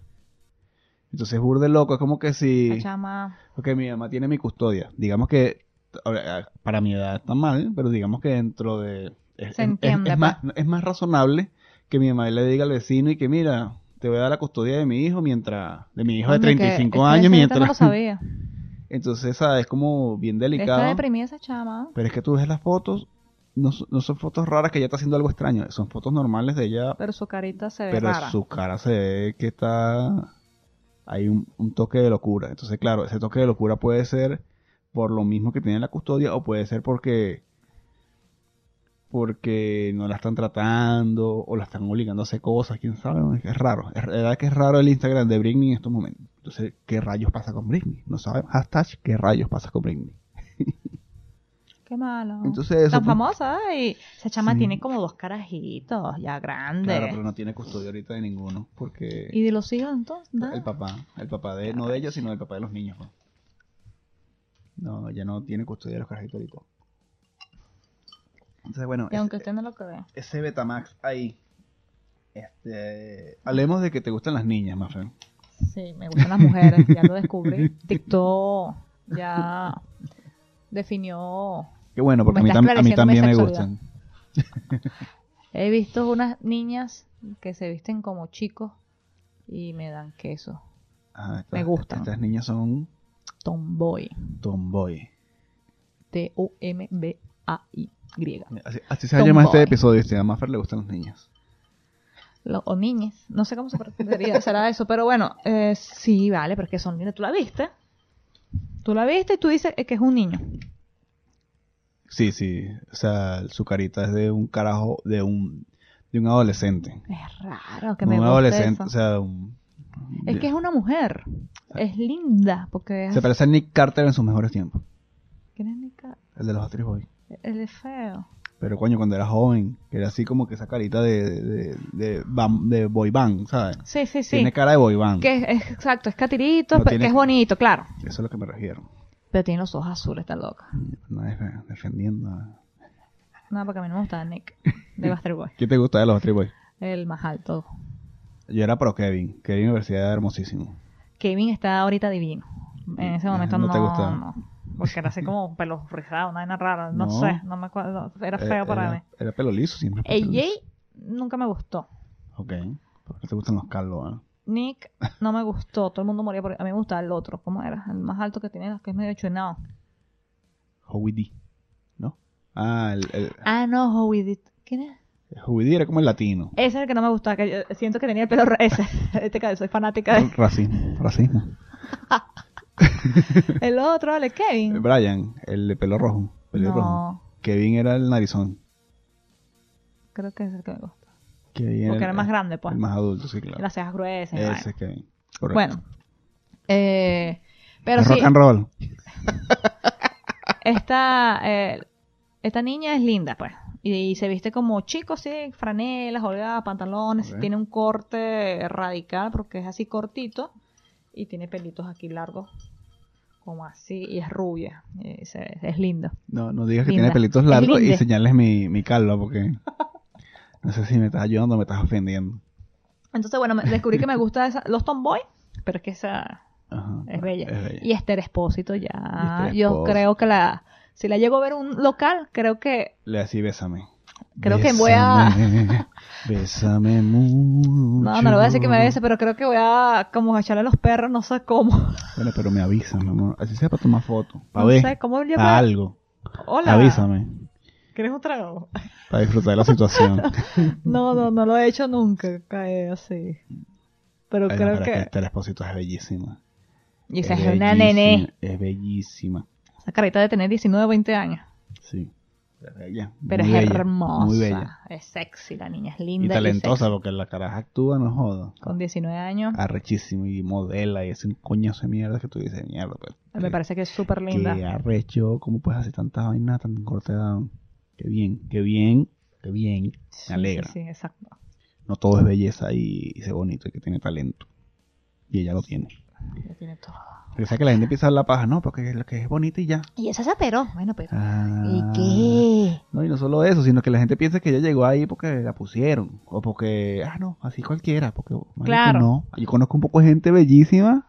Speaker 4: Entonces burde loco, es como que
Speaker 3: La
Speaker 4: si...
Speaker 3: chama.
Speaker 4: Ok, mi mamá tiene mi custodia. Digamos que ahora, para mi edad está mal, pero digamos que dentro de... Es,
Speaker 3: Se
Speaker 4: es- es-
Speaker 3: entiende,
Speaker 4: es
Speaker 3: pues.
Speaker 4: más, es más razonable que mi mamá le diga al vecino y que mira, te voy a dar la custodia de mi hijo mientras... De mi hijo de
Speaker 3: Coño, que
Speaker 4: 35
Speaker 3: esta-
Speaker 4: años
Speaker 3: esta
Speaker 4: mientras...
Speaker 3: No lo sabía.
Speaker 4: Entonces, ¿sabes? Es como bien
Speaker 3: Está
Speaker 4: delicado.
Speaker 3: deprimida esa chama.
Speaker 4: Pero es que tú ves las fotos, no, so- no son fotos raras que ella está haciendo algo extraño, son fotos normales de ella,
Speaker 3: Pero su carita se ve
Speaker 4: pero
Speaker 3: rara.
Speaker 4: su cara se ve que está... Hay un, un toque de locura. Entonces, claro, ese toque de locura puede ser por lo mismo que tiene la custodia o puede ser porque porque no la están tratando o la están obligando a hacer cosas, quién sabe, es raro. Es la verdad que es raro el Instagram de Britney en estos momentos. Entonces, ¿qué rayos pasa con Britney? No sabemos. Hashtag, ¿qué rayos pasa con Britney?
Speaker 3: Qué malo.
Speaker 4: Entonces eso.
Speaker 3: Tan
Speaker 4: pues,
Speaker 3: famosa y esa chama
Speaker 4: Sí.
Speaker 3: tiene como dos carajitos ya grandes.
Speaker 4: Claro, pero no tiene custodia ahorita de ninguno. Porque
Speaker 3: Y de los hijos entonces, nada.
Speaker 4: el papá, el papá de, no de ella, sino el papá de los niños. pues. No, ya no tiene custodia de los carajitos ahorita. Entonces, bueno,
Speaker 3: Y
Speaker 4: ese,
Speaker 3: aunque usted no lo crea.
Speaker 4: ese Betamax ahí. Este, hablemos de que te gustan las niñas, más bien.
Speaker 3: Sí, me gustan las mujeres, ya lo descubrí. TikTok ya definió.
Speaker 4: Qué bueno, porque a
Speaker 3: Me
Speaker 4: mí,
Speaker 3: está
Speaker 4: tam- a mí
Speaker 3: esclareciendo mi
Speaker 4: también me
Speaker 3: sexualidad.
Speaker 4: gustan.
Speaker 3: He visto unas niñas que se visten como chicos y me dan queso.
Speaker 4: Ajá, estas-
Speaker 3: Me gustan.
Speaker 4: Estas niñas son
Speaker 3: Tomboy.
Speaker 4: tomboy.
Speaker 3: T-O-M-B-A-Y.
Speaker 4: Así, así se llama este
Speaker 3: Tomboy.
Speaker 4: episodio, este, a Maffer le gustan las niñas.
Speaker 3: Lo- o niñes. No sé cómo se pronunciaría, será eso. Pero bueno, eh, sí, vale, pero es que son niñas. Tú la viste. Tú la viste y tú dices eh, que es un niño.
Speaker 4: Sí, sí. O sea, su carita es de un carajo, de un, de un adolescente.
Speaker 3: Es raro que
Speaker 4: No
Speaker 3: me
Speaker 4: un
Speaker 3: guste
Speaker 4: adolescente,
Speaker 3: eso.
Speaker 4: o sea, un-
Speaker 3: Es que es una mujer. Es linda, porque es
Speaker 4: Se parece a Nick Carter en sus mejores tiempos,
Speaker 3: ¿Quién es Nica?
Speaker 4: el de los Astros Boy.
Speaker 3: Él es feo.
Speaker 4: Pero coño, cuando era joven, era así como que esa carita de, de, de, bam- de boy band, ¿sabes?
Speaker 3: Sí, sí, sí.
Speaker 4: Tiene cara de boy band.
Speaker 3: Que es, es- exacto, es catirito,
Speaker 4: No
Speaker 3: pe-
Speaker 4: tiene-
Speaker 3: que es bonito, claro.
Speaker 4: Eso es a lo que me refiero.
Speaker 3: Pero tiene los ojos azules, está loca.
Speaker 4: No es eh, defendiendo. a-
Speaker 3: No, porque a mí no me gustaba Nick de Buster Boy.
Speaker 4: ¿Qué te gusta de los Astros Boy?
Speaker 3: El más alto.
Speaker 4: Yo era pro Kevin. Kevin Universidad era hermosísimo.
Speaker 3: Kevin está ahorita divino. En ese
Speaker 4: Ah,
Speaker 3: momento
Speaker 4: no
Speaker 3: no.
Speaker 4: te gustaba.
Speaker 3: no. porque era así como pelos rizados, una vaina rara. No,
Speaker 4: No.
Speaker 3: sé, no me acuerdo. Era
Speaker 4: Eh,
Speaker 3: feo para mí.
Speaker 4: Era pelo liso siempre. fue pelo liso.
Speaker 3: AJ nunca me gustó.
Speaker 4: Ok. ¿Por qué te gustan los calvos? eh?
Speaker 3: Nick no me gustó. Todo el mundo moría por él. A mí me gustaba el otro. ¿Cómo era? El más alto que tiene, que es medio chunado.
Speaker 4: Howie D. ¿No? Ah, el, el,
Speaker 3: Ah, no, Howie. Dit- ¿Quién es?
Speaker 4: Howie D era como el latino.
Speaker 3: Ese es el que no me gustaba, que yo siento que tenía el pelo ra- ese. Este que soy fanática de
Speaker 4: Racismo, racismo.
Speaker 3: El otro, vale,
Speaker 4: Eh,
Speaker 3: Kevin.
Speaker 4: Brian, el de pelo rojo. Pelirrojo.
Speaker 3: No,
Speaker 4: Kevin era el narizón.
Speaker 3: creo que es el que me gusta.
Speaker 4: Que viene
Speaker 3: Porque
Speaker 4: el-
Speaker 3: era más grande, pues.
Speaker 4: El más adulto, sí, claro.
Speaker 3: Las cejas gruesas. y vaina.
Speaker 4: Ese es Kevin. Correcto.
Speaker 3: Bueno. Eh, pero
Speaker 4: Es
Speaker 3: sí,
Speaker 4: rock and roll.
Speaker 3: esta, eh, esta niña es linda, pues. Y, se viste como chico, sí, franelas, holgadas, pantalones.
Speaker 4: Ok.
Speaker 3: Tiene un corte radical porque es así cortito. Y tiene pelitos aquí largos, como así. Y es rubia. y se- es linda.
Speaker 4: No, no digas que
Speaker 3: Linda.
Speaker 4: tiene pelitos
Speaker 3: Es
Speaker 4: largos y
Speaker 3: linda.
Speaker 4: señales mi, mi calva porque no sé si me estás ayudando o me estás ofendiendo.
Speaker 3: Entonces, bueno, me- descubrí que me gusta esa- los tomboy, pero es que esa
Speaker 4: Ajá.
Speaker 3: es bella.
Speaker 4: Es bella.
Speaker 3: Y Esther Espósito ya.
Speaker 4: Esther
Speaker 3: Yo
Speaker 4: Espósito.
Speaker 3: creo que la. Si la llego a ver un local, creo que.
Speaker 4: Le así, bésame.
Speaker 3: Creo que voy a-
Speaker 4: Bésame, Bésame mucho.
Speaker 3: No, no le voy a decir que me bese, pero creo que voy a como echarle a los perros, no sé cómo.
Speaker 4: Bueno, pero me avisas, mi amor. Así sea para tomar foto. Para
Speaker 3: no
Speaker 4: ver.
Speaker 3: sé cómo llego
Speaker 4: pa'
Speaker 3: a-
Speaker 4: algo.
Speaker 3: Hola.
Speaker 4: Ah, Avísame.
Speaker 3: ¿Quieres un trago?
Speaker 4: Para disfrutar de la situación.
Speaker 3: No, no, no lo he hecho nunca, cae así. Pero
Speaker 4: Ay, no,
Speaker 3: creo
Speaker 4: pero es
Speaker 3: que.
Speaker 4: Esther Espósito es bellísima.
Speaker 3: Y esa es una nene.
Speaker 4: bellísima, Es bellísima.
Speaker 3: Esa carita de tener 19 o 20 años.
Speaker 4: Sí. Es bella,
Speaker 3: Pero
Speaker 4: muy
Speaker 3: es
Speaker 4: bella,
Speaker 3: hermosa.
Speaker 4: Muy bella.
Speaker 3: Es sexy, la niña es
Speaker 4: Y
Speaker 3: linda.
Speaker 4: talentosa,
Speaker 3: sexy.
Speaker 4: porque la caraja actúa, no joda.
Speaker 3: Con 19 años.
Speaker 4: Arrechísima y modela y hace un coñazo de mierda que tú dices, mierda. Pues,
Speaker 3: Me parece que es súper linda.
Speaker 4: Que arrecho, ¿cómo puedes hacer tantas vainas tan corta edad? Qué bien, qué bien, qué bien.
Speaker 3: Sí,
Speaker 4: Me alegra.
Speaker 3: Sí, sí, exacto.
Speaker 4: No todo es belleza y, y ser bonito, hay que tiene talento. Y ella lo tiene.
Speaker 3: Ya tiene todo.
Speaker 4: Porque sabes que la gente empieza a hablar paja, no, porque es lo que es bonito y ya.
Speaker 3: Y esa se aperó. Bueno, pero.
Speaker 4: Ah.
Speaker 3: ¿Y qué?
Speaker 4: No, y no solo eso, sino que la gente piensa que ella llegó ahí porque la pusieron. O porque, ah, no, así cualquiera. Porque, marico,
Speaker 3: Claro.
Speaker 4: No. Yo conozco un poco de gente bellísima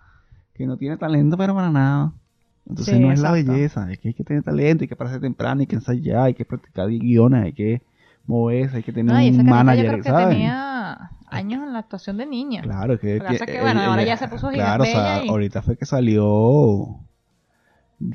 Speaker 4: que no tiene talento, pero para nada. Entonces
Speaker 3: Sí,
Speaker 4: no es la
Speaker 3: exacto.
Speaker 4: belleza, es que hay que tener talento, hay que pararse temprano, hay que ensayar, hay que practicar guiones, hay que moverse, hay que tener
Speaker 3: No, y esa
Speaker 4: un
Speaker 3: carita
Speaker 4: manager,
Speaker 3: yo creo que
Speaker 4: ¿sabes?
Speaker 3: tenía años en la actuación de niña.
Speaker 4: Claro, es que...
Speaker 3: Lo que pasa es que, bueno, ahora ya se puso
Speaker 4: Claro, o sea,
Speaker 3: gigantella y-
Speaker 4: ahorita fue que salió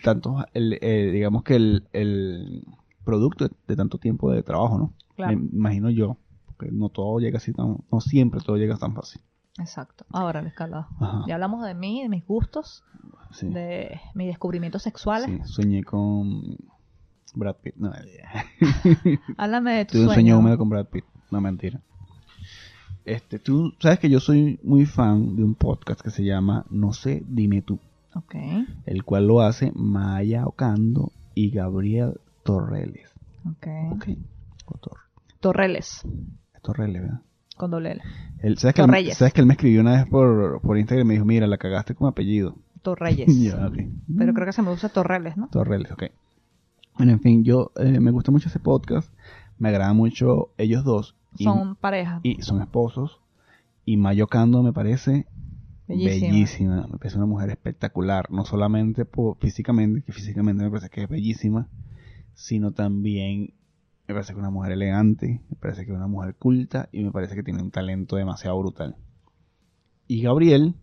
Speaker 4: tanto, el, el- digamos que el, el producto de, de tanto tiempo de trabajo, ¿no?
Speaker 3: Claro.
Speaker 4: Me imagino yo, porque no todo llega así tan, no siempre todo llega tan fácil.
Speaker 3: Exacto. Ahora, Luis Carlos.
Speaker 4: Ajá,
Speaker 3: Ya hablamos de mí, de mis gustos,
Speaker 4: sí,
Speaker 3: de mis descubrimientos sexuales.
Speaker 4: sí, soñé con Brad Pitt, no, eh,
Speaker 3: Háblame de tu
Speaker 4: Tuve
Speaker 3: sueño.
Speaker 4: un sueño húmedo con Brad Pitt. No, mentira. Este, tú sabes que yo soy muy fan de un podcast que se llama No sé, dime tú,
Speaker 3: Ok.
Speaker 4: el cual lo hace Maya Ocando y Gabriel Torreles.
Speaker 3: Ok.
Speaker 4: Ok. O Tor-
Speaker 3: Torreles.
Speaker 4: Torreles, ¿verdad?
Speaker 3: Con doble L.
Speaker 4: Él- ¿sabes, que él,
Speaker 3: Torreyes.
Speaker 4: sabes que él me escribió una vez por, por Instagram y me dijo, mira, la cagaste con apellido.
Speaker 3: Torreyes.
Speaker 4: Ya, ok.
Speaker 3: Pero creo que se me usa Torreles, ¿no?
Speaker 4: Torreles, ok. Bueno, en fin, yo eh, me gusta mucho ese podcast. Me agrada mucho ellos dos. Y-
Speaker 3: Son pareja.
Speaker 4: y son esposos. Y Mayocando me parece
Speaker 3: Bellísima.
Speaker 4: bellísima. me parece una mujer espectacular, no solamente po- físicamente, que físicamente me parece que es bellísima, sino también me parece que es una mujer elegante, me parece que es una mujer culta y me parece que tiene un talento demasiado brutal. Y Gabriel,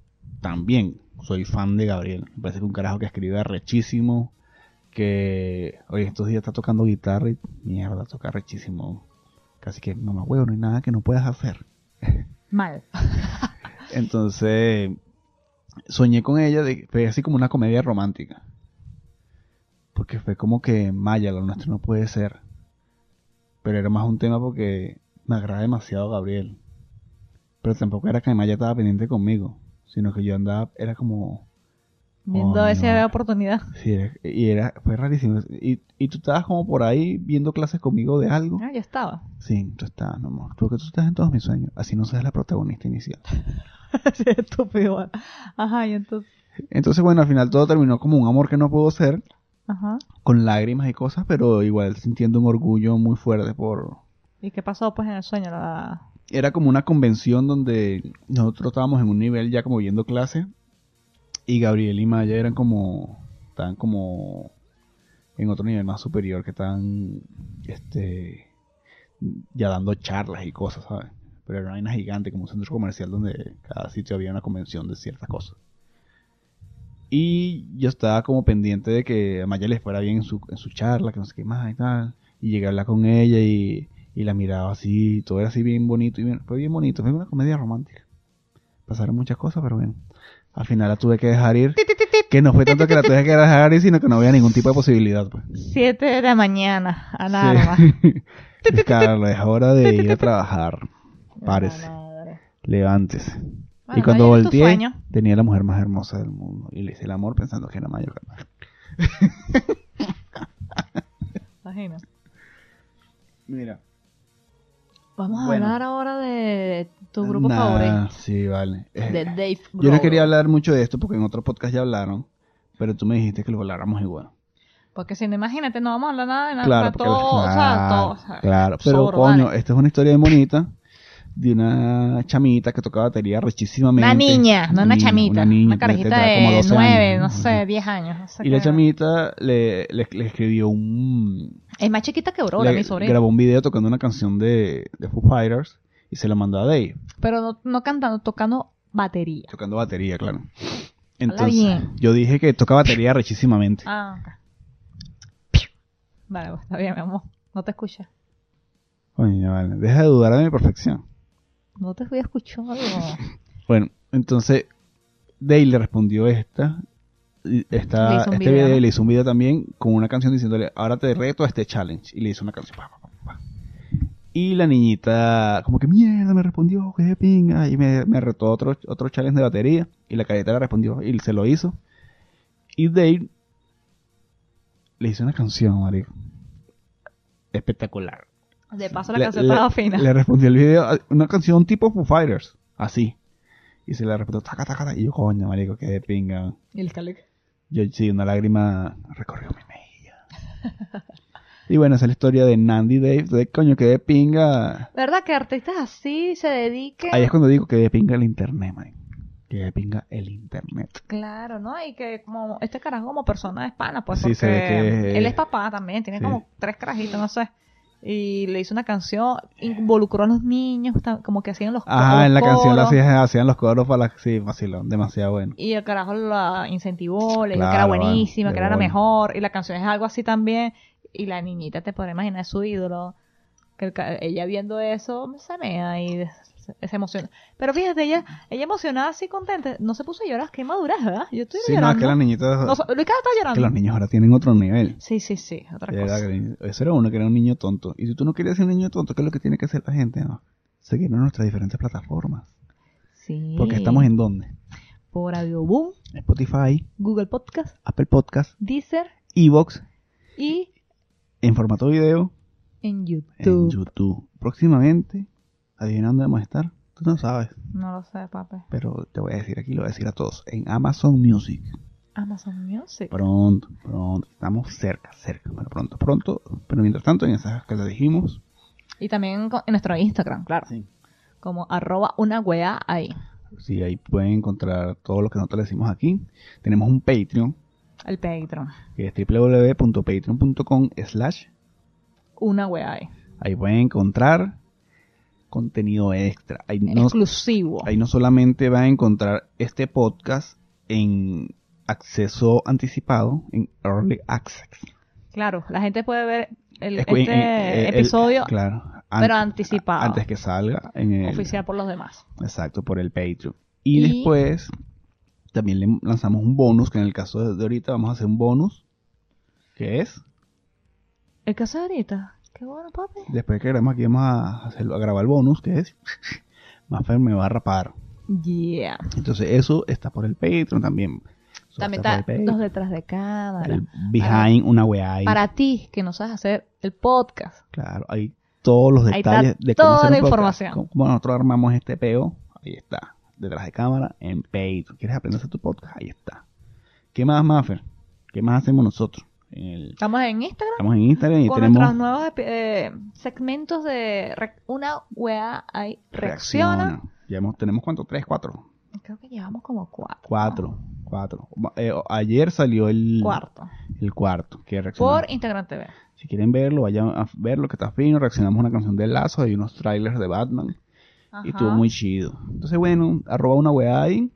Speaker 4: también, soy fan de Gabriel, me parece que un carajo que escribe rechísimo, que hoy estos días está tocando guitarra y mierda, toca rechísimo. Casi que, mamá huevo, no hay nada que no puedas hacer.
Speaker 3: Mal.
Speaker 4: Entonces, soñé con ella, de, fue así como una comedia romántica. Porque fue como que Maya, lo nuestro no puede ser. Pero era más un tema porque me agrada demasiado Gabriel. Pero tampoco era que Maya estaba pendiente conmigo, sino que yo andaba, era como...
Speaker 3: Viendo
Speaker 4: Coño.
Speaker 3: esa oportunidad.
Speaker 4: sí, era- y era, fue rarísimo. Y, y tú estabas como por ahí viendo clases conmigo de algo.
Speaker 3: Ah, ya estaba.
Speaker 4: Sí, tú estabas, mi amor. Porque tú estás en todos mis sueños. Así no seas la protagonista inicial.
Speaker 3: Sí, estúpido. Ajá, y entonces.
Speaker 4: Entonces, bueno, al final todo terminó como un amor que no pudo ser,
Speaker 3: Ajá.
Speaker 4: con lágrimas y cosas, pero igual sintiendo un orgullo muy fuerte por...
Speaker 3: ¿Y qué pasó pues en el sueño? La-
Speaker 4: Era como una convención donde nosotros estábamos en un nivel ya como viendo clase y Gabriel y Maya eran como... estaban como en otro nivel más superior que estaban este ya dando charlas y cosas, ¿sabes? Pero era una vaina gigante, como un centro comercial donde cada sitio había una convención de ciertas cosas. Y yo estaba como pendiente de que a Maya le fuera bien en su, en su charla, que no sé qué más y tal. Y llegué a hablar con ella y, y la miraba así, todo era así bien bonito. Y bien- fue bien bonito, fue una comedia romántica. Pasaron muchas cosas, pero bueno. Al final la tuve que dejar ir. Que no fue tanto que la tuve que dejar ir, sino que no había ningún tipo de posibilidad. Pues.
Speaker 3: Siete de la mañana, alarma.
Speaker 4: Sí. Carlos, es hora de ir a trabajar. Párese.
Speaker 3: Madre.
Speaker 4: Levántese.
Speaker 3: Bueno,
Speaker 4: y cuando
Speaker 3: no llegues a tu
Speaker 4: volteé,
Speaker 3: sueño.
Speaker 4: tenía la mujer más hermosa del mundo. Y le hice el amor pensando que era Mayo Carvajal.
Speaker 3: Imagina.
Speaker 4: Mira.
Speaker 3: Vamos a
Speaker 4: Bueno.
Speaker 3: hablar ahora de tu grupo
Speaker 4: Nah,
Speaker 3: favorito.
Speaker 4: Ah, Sí, vale. Eh,
Speaker 3: De Dave
Speaker 4: yo no
Speaker 3: Grohl.
Speaker 4: quería hablar mucho de esto porque en otro podcast ya hablaron. Pero tú me dijiste que lo habláramos igual.
Speaker 3: Porque si no, imagínate, no vamos a hablar nada de nada.
Speaker 4: Claro,
Speaker 3: está
Speaker 4: porque la-
Speaker 3: todo, o sea,
Speaker 4: claro,
Speaker 3: todo, o sea,
Speaker 4: claro. Pero
Speaker 3: sobro,
Speaker 4: coño,
Speaker 3: vale.
Speaker 4: esta es una historia bien bonita de una chamita que tocaba batería rechísimamente.
Speaker 3: Una niña, no una
Speaker 4: Niña,
Speaker 3: chamita. Una,
Speaker 4: niña,
Speaker 3: carajita
Speaker 4: tendrá como
Speaker 3: de
Speaker 4: 12
Speaker 3: nueve,
Speaker 4: años,
Speaker 3: no sé, diez años. no sé
Speaker 4: Y la
Speaker 3: qué.
Speaker 4: chamita le, le- le escribió un...
Speaker 3: Es más chiquita que Aurora,
Speaker 4: le
Speaker 3: mi sobrina.
Speaker 4: grabó un video tocando una canción de, de Foo Fighters y se la mandó a Dave,
Speaker 3: Pero no, no cantando, tocando batería.
Speaker 4: tocando batería, claro.
Speaker 3: bien.
Speaker 4: Entonces, yo dije que toca batería rechísimamente.
Speaker 3: Ah, ok. Vale, pues, está bien, mi amor. No te escuchas.
Speaker 4: Coño, vale, deja de dudar de mi perfección.
Speaker 3: No te voy a escuchar.
Speaker 4: Bueno, entonces Dale le respondió esta, y esta
Speaker 3: Le hizo un
Speaker 4: este
Speaker 3: video,
Speaker 4: video,
Speaker 3: ¿no?
Speaker 4: le hizo un video también con una canción diciéndole, ahora te reto a este challenge. Y le hizo una canción. pa, pa, pa, pa. Y la niñita, como que mierda, me respondió, que de pinga. Y me, me retó otro, otro challenge de batería. Y la cadeta le respondió y se lo hizo. Y Dale le hizo una canción, marico. Espectacular.
Speaker 3: De paso, la
Speaker 4: Le-
Speaker 3: canción
Speaker 4: le-
Speaker 3: estaba fina.
Speaker 4: Le respondió el video, una canción tipo Foo Fighters, así. Y se le respondió, taca, taca, taca. Y yo, coño, marico, qué de pinga.
Speaker 3: Y el calico.
Speaker 4: Yo, sí, una lágrima recorrió mi mejilla. y bueno, esa es la historia de Nandy Dave, de coño, qué de pinga.
Speaker 3: ¿Verdad que artistas así se dediquen?
Speaker 4: Ahí es cuando digo que de pinga el internet, marico. Que de pinga el internet.
Speaker 3: Claro, ¿no? Y que como este carajo como persona de hispana, pues
Speaker 4: Sí, se ve
Speaker 3: porque
Speaker 4: que-
Speaker 3: él es papá también, tiene
Speaker 4: Sí.
Speaker 3: como tres carajitos, no sé. Y le hizo una canción, involucró a los niños, ta- como que hacían los
Speaker 4: Ajá, en la
Speaker 3: coros.
Speaker 4: canción la hacían, hacían los coros para la... Sí, vacilón, demasiado bueno.
Speaker 3: Y el carajo la incentivó, le dijo que era
Speaker 4: Claro, vale,
Speaker 3: buenísima,
Speaker 4: de
Speaker 3: que era la
Speaker 4: bola.
Speaker 3: mejor. Y la canción es algo así también. Y la niñita, te podrás imaginar, es su ídolo. Que el ca- ella viendo eso, se mea y se, se emociona. Pero fíjate, ella, ella emocionada, así contenta. No se puso a llorar, qué madurez, ¿verdad? Yo estoy
Speaker 4: Sí, no, es
Speaker 3: llorando.
Speaker 4: que las niñitas...
Speaker 3: No, so- Luis Cava está
Speaker 4: que los
Speaker 3: llorando.
Speaker 4: niños ahora tienen otro nivel.
Speaker 3: Sí, sí, sí, otra
Speaker 4: De
Speaker 3: cosa.
Speaker 4: verdad que le- Eso era uno que era un niño tonto. Y si tú no querías ser un niño tonto, ¿qué es lo que tiene que hacer la gente? No? Seguirnos en nuestras diferentes plataformas.
Speaker 3: Sí.
Speaker 4: Porque estamos en donde?
Speaker 3: Por Audioboom,
Speaker 4: Spotify,
Speaker 3: Google Podcast,
Speaker 4: Apple Podcast,
Speaker 3: Deezer
Speaker 4: Evox,
Speaker 3: y
Speaker 4: en formato video,
Speaker 3: en YouTube.
Speaker 4: en YouTube. Próximamente, adivinando dónde vamos a estar. Tú no sabes,
Speaker 3: No lo sé, papi.
Speaker 4: pero te voy a decir aquí, lo voy a decir a todos. En Amazon Music.
Speaker 3: Amazon Music.
Speaker 4: Pronto, pronto. Estamos cerca, cerca. Bueno, pronto, pronto. Pero mientras tanto, en esas que le dijimos.
Speaker 3: Y también co- en nuestro Instagram, claro.
Speaker 4: Sí.
Speaker 3: Como arroba una wea ahí.
Speaker 4: Sí, ahí pueden encontrar todo lo que nosotros le decimos aquí. Tenemos un Patreon,
Speaker 3: El Patreon.
Speaker 4: que es www.patreon.com slash.
Speaker 3: Una wea ahí.
Speaker 4: Ahí pueden encontrar contenido extra. Ahí no,
Speaker 3: Exclusivo.
Speaker 4: ahí no solamente van a encontrar este podcast en acceso anticipado, en early access.
Speaker 3: Claro, la gente puede ver el,
Speaker 4: Es que en-
Speaker 3: este
Speaker 4: en- el-
Speaker 3: episodio
Speaker 4: claro, an-
Speaker 3: pero anticipado.
Speaker 4: Antes que salga en el,
Speaker 3: oficial por los demás.
Speaker 4: Exacto, por el Patreon. Y,
Speaker 3: Y-
Speaker 4: después también le lanzamos un bonus, que en el caso de- de ahorita vamos a hacer un bonus, que es,
Speaker 3: El caso de ahorita. Qué bueno, papi.
Speaker 4: después que grabemos aquí vamos a, hacerlo, a grabar el bonus, que es, Maffer me va a rapar.
Speaker 3: Yeah.
Speaker 4: Entonces eso está por el Patreon también. Eso
Speaker 3: También
Speaker 4: por
Speaker 3: está
Speaker 4: el
Speaker 3: los detrás de cámara.
Speaker 4: El behind, una weá ahí.
Speaker 3: Para ti, que no sabes hacer el podcast.
Speaker 4: Claro, hay todos los
Speaker 3: Ahí está
Speaker 4: detalles de cómo
Speaker 3: toda
Speaker 4: hacer
Speaker 3: la
Speaker 4: un podcast,
Speaker 3: información.
Speaker 4: cómo- cómo nosotros armamos este PO, ahí está. Detrás de cámara, en Patreon. ¿Quieres aprender a hacer tu podcast? Ahí está. ¿Qué más, Maffer? ¿Qué más hacemos nosotros? En el-
Speaker 3: Estamos en Instagram
Speaker 4: estamos en Instagram y
Speaker 3: con
Speaker 4: tenemos
Speaker 3: nuestros nuevos epi- eh, segmentos de re- una wea ahí reacciona.
Speaker 4: Ya hemos- tenemos cuánto, tres, cuatro.
Speaker 3: Creo que llevamos como cuatro.
Speaker 4: Cuatro, cuatro. Eh, ayer salió el
Speaker 3: Cuarto.
Speaker 4: el cuarto que reaccionó.
Speaker 3: Por Instagram TV.
Speaker 4: Si quieren verlo, vayan a verlo, que está fino. Reaccionamos a una canción de Lazo y unos trailers de Batman. Y estuvo
Speaker 3: Ajá.
Speaker 4: muy chido. Entonces, bueno, arroba una weá ahí.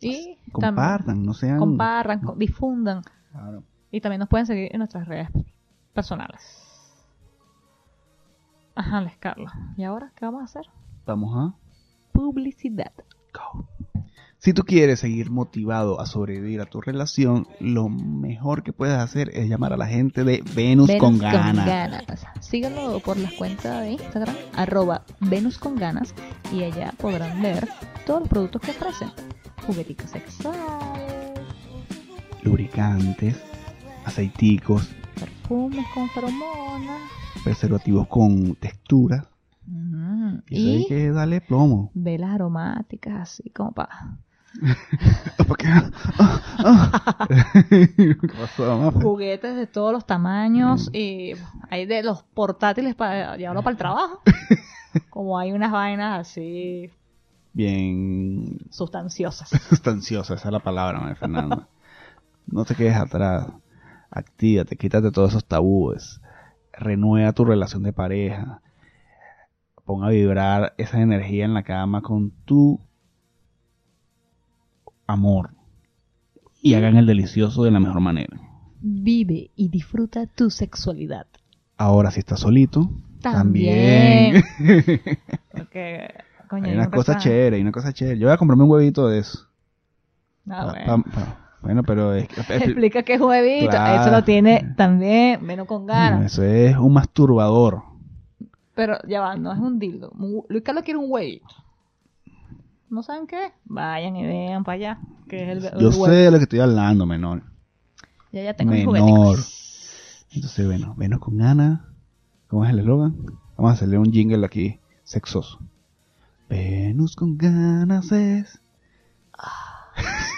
Speaker 3: Y
Speaker 4: Compartan, no
Speaker 3: también
Speaker 4: sean.
Speaker 3: compartan, co- difundan.
Speaker 4: Claro.
Speaker 3: Y también nos pueden seguir en nuestras redes personales. Ajá, les Carlos. ¿Y ahora qué vamos a hacer?
Speaker 4: Vamos a.
Speaker 3: Publicidad.
Speaker 4: Go. Si tú quieres seguir motivado a sobrevivir a tu relación, lo mejor que puedes hacer es llamar a la gente de Venus,
Speaker 3: Venus
Speaker 4: con ganas.
Speaker 3: ganas. síganlo por las cuentas de Instagram, arroba Venus con ganas, y allá podrán ver todos los productos que ofrecen. Jugueticos sexuales,
Speaker 4: Lubricantes, aceiticos,
Speaker 3: perfumes con feromonas,
Speaker 4: preservativos con textura.
Speaker 3: mm,
Speaker 4: Y eso hay
Speaker 3: y
Speaker 4: que darle plomo.
Speaker 3: velas aromáticas, así como para
Speaker 4: ¿Por qué? Ah, ah. ¿Qué pasó, Mafe?
Speaker 3: juguetes de todos los tamaños
Speaker 4: Mm.
Speaker 3: y hay de los portátiles para llevarlo para el trabajo. Como hay unas vainas así
Speaker 4: Bien
Speaker 3: sustanciosas.
Speaker 4: sustanciosa, esa es la palabra, María Fernanda. No te quedes atrás. Actívate, quítate todos esos tabúes. Renueva tu relación de pareja. Ponga a vibrar esa energía en la cama con tu amor. Y hagan el delicioso de la mejor manera.
Speaker 3: Vive y disfruta tu sexualidad.
Speaker 4: Ahora, si estás solito,
Speaker 3: También.
Speaker 4: también.
Speaker 3: Porque, coño,
Speaker 4: hay
Speaker 3: un
Speaker 4: una cosa
Speaker 3: refrán.
Speaker 4: chévere, hay una cosa chévere. Yo voy a comprarme un huevito de eso. Pa-
Speaker 3: Ah, bueno.
Speaker 4: pa- pa- bueno, pero es que,
Speaker 3: Explica qué huevito.
Speaker 4: Claro.
Speaker 3: Eso lo tiene también, menos con
Speaker 4: Mm,
Speaker 3: ganas.
Speaker 4: Eso es un masturbador.
Speaker 3: Pero ya va, no es un dildo. Mu- Luis Carlos quiere un huevito. ¿No saben qué? Vayan y vean para allá. Que es el, el
Speaker 4: Yo
Speaker 3: huevo.
Speaker 4: sé de lo que estoy hablando, menor.
Speaker 3: Ya, ya tengo mis
Speaker 4: Menor.
Speaker 3: jugueticos.
Speaker 4: Entonces, bueno, menos con Ana. ¿Cómo es el eslogan? Vamos a hacerle un jingle aquí, sexoso. Venus con ganas es.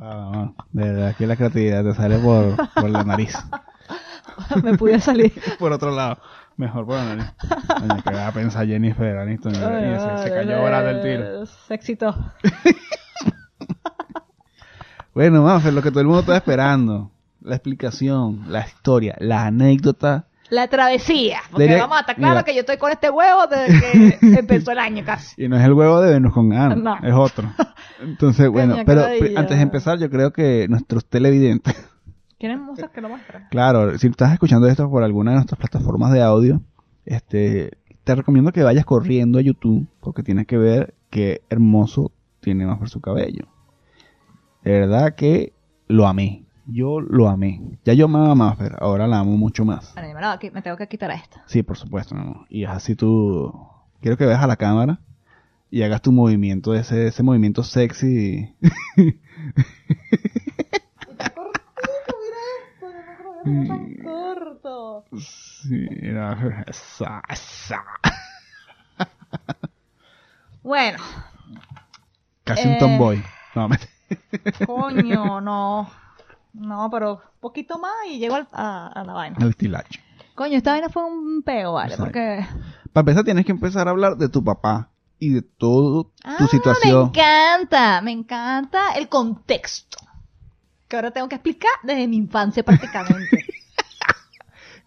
Speaker 4: Ah, mamá, de verdad que la creatividad te sale por, por la nariz.
Speaker 3: Me pude salir.
Speaker 4: Por otro lado, mejor por la nariz. Coño, que va a pensar Jennifer Aniston. Y se, se cayó volando el tiro.
Speaker 3: Se excitó.
Speaker 4: Bueno, Mafe, lo que todo el mundo está esperando. La explicación, la historia, la anécdota.
Speaker 3: La travesía. Porque
Speaker 4: Diría-
Speaker 3: vamos a estar claro
Speaker 4: mira.
Speaker 3: que yo estoy con este huevo desde que empezó el año casi.
Speaker 4: Y no es el huevo de Venus con ganas,
Speaker 3: No.
Speaker 4: es otro. Entonces, bueno,
Speaker 3: Coño, qué
Speaker 4: pero
Speaker 3: maravilla.
Speaker 4: pri- antes de empezar, yo creo que nuestros televidentes,
Speaker 3: ¿Quieren música que lo muestra?
Speaker 4: claro, si estás escuchando esto por alguna de nuestras plataformas de audio, este, te recomiendo que vayas corriendo a YouTube porque tienes que ver qué hermoso tiene Mafe su cabello. De verdad que lo amé. Yo lo amé. Ya yo amaba a Mafer, ahora la amo mucho más.
Speaker 3: Bueno, yo me, la- me tengo que quitar esta.
Speaker 4: Sí, por supuesto, mi amor. Y es así tú. Quiero que veas a la cámara y hagas tu movimiento, ese, ese movimiento sexy. Mm.
Speaker 3: tan corto.
Speaker 4: Sí, era- esa- esa.
Speaker 3: Bueno,
Speaker 4: Casi un
Speaker 3: Eh.
Speaker 4: tomboy. No, me-
Speaker 3: coño, no. No, pero poquito más y llego al- a, a la vaina.
Speaker 4: el tilacho.
Speaker 3: Coño, esta vaina fue un peo, ¿vale?
Speaker 4: Exacto.
Speaker 3: Porque.
Speaker 4: Para empezar, tienes que empezar a hablar de tu papá y de todo tu
Speaker 3: Ah, Me
Speaker 4: situación.
Speaker 3: encanta, me encanta el contexto. Que ahora tengo que explicar desde mi infancia prácticamente.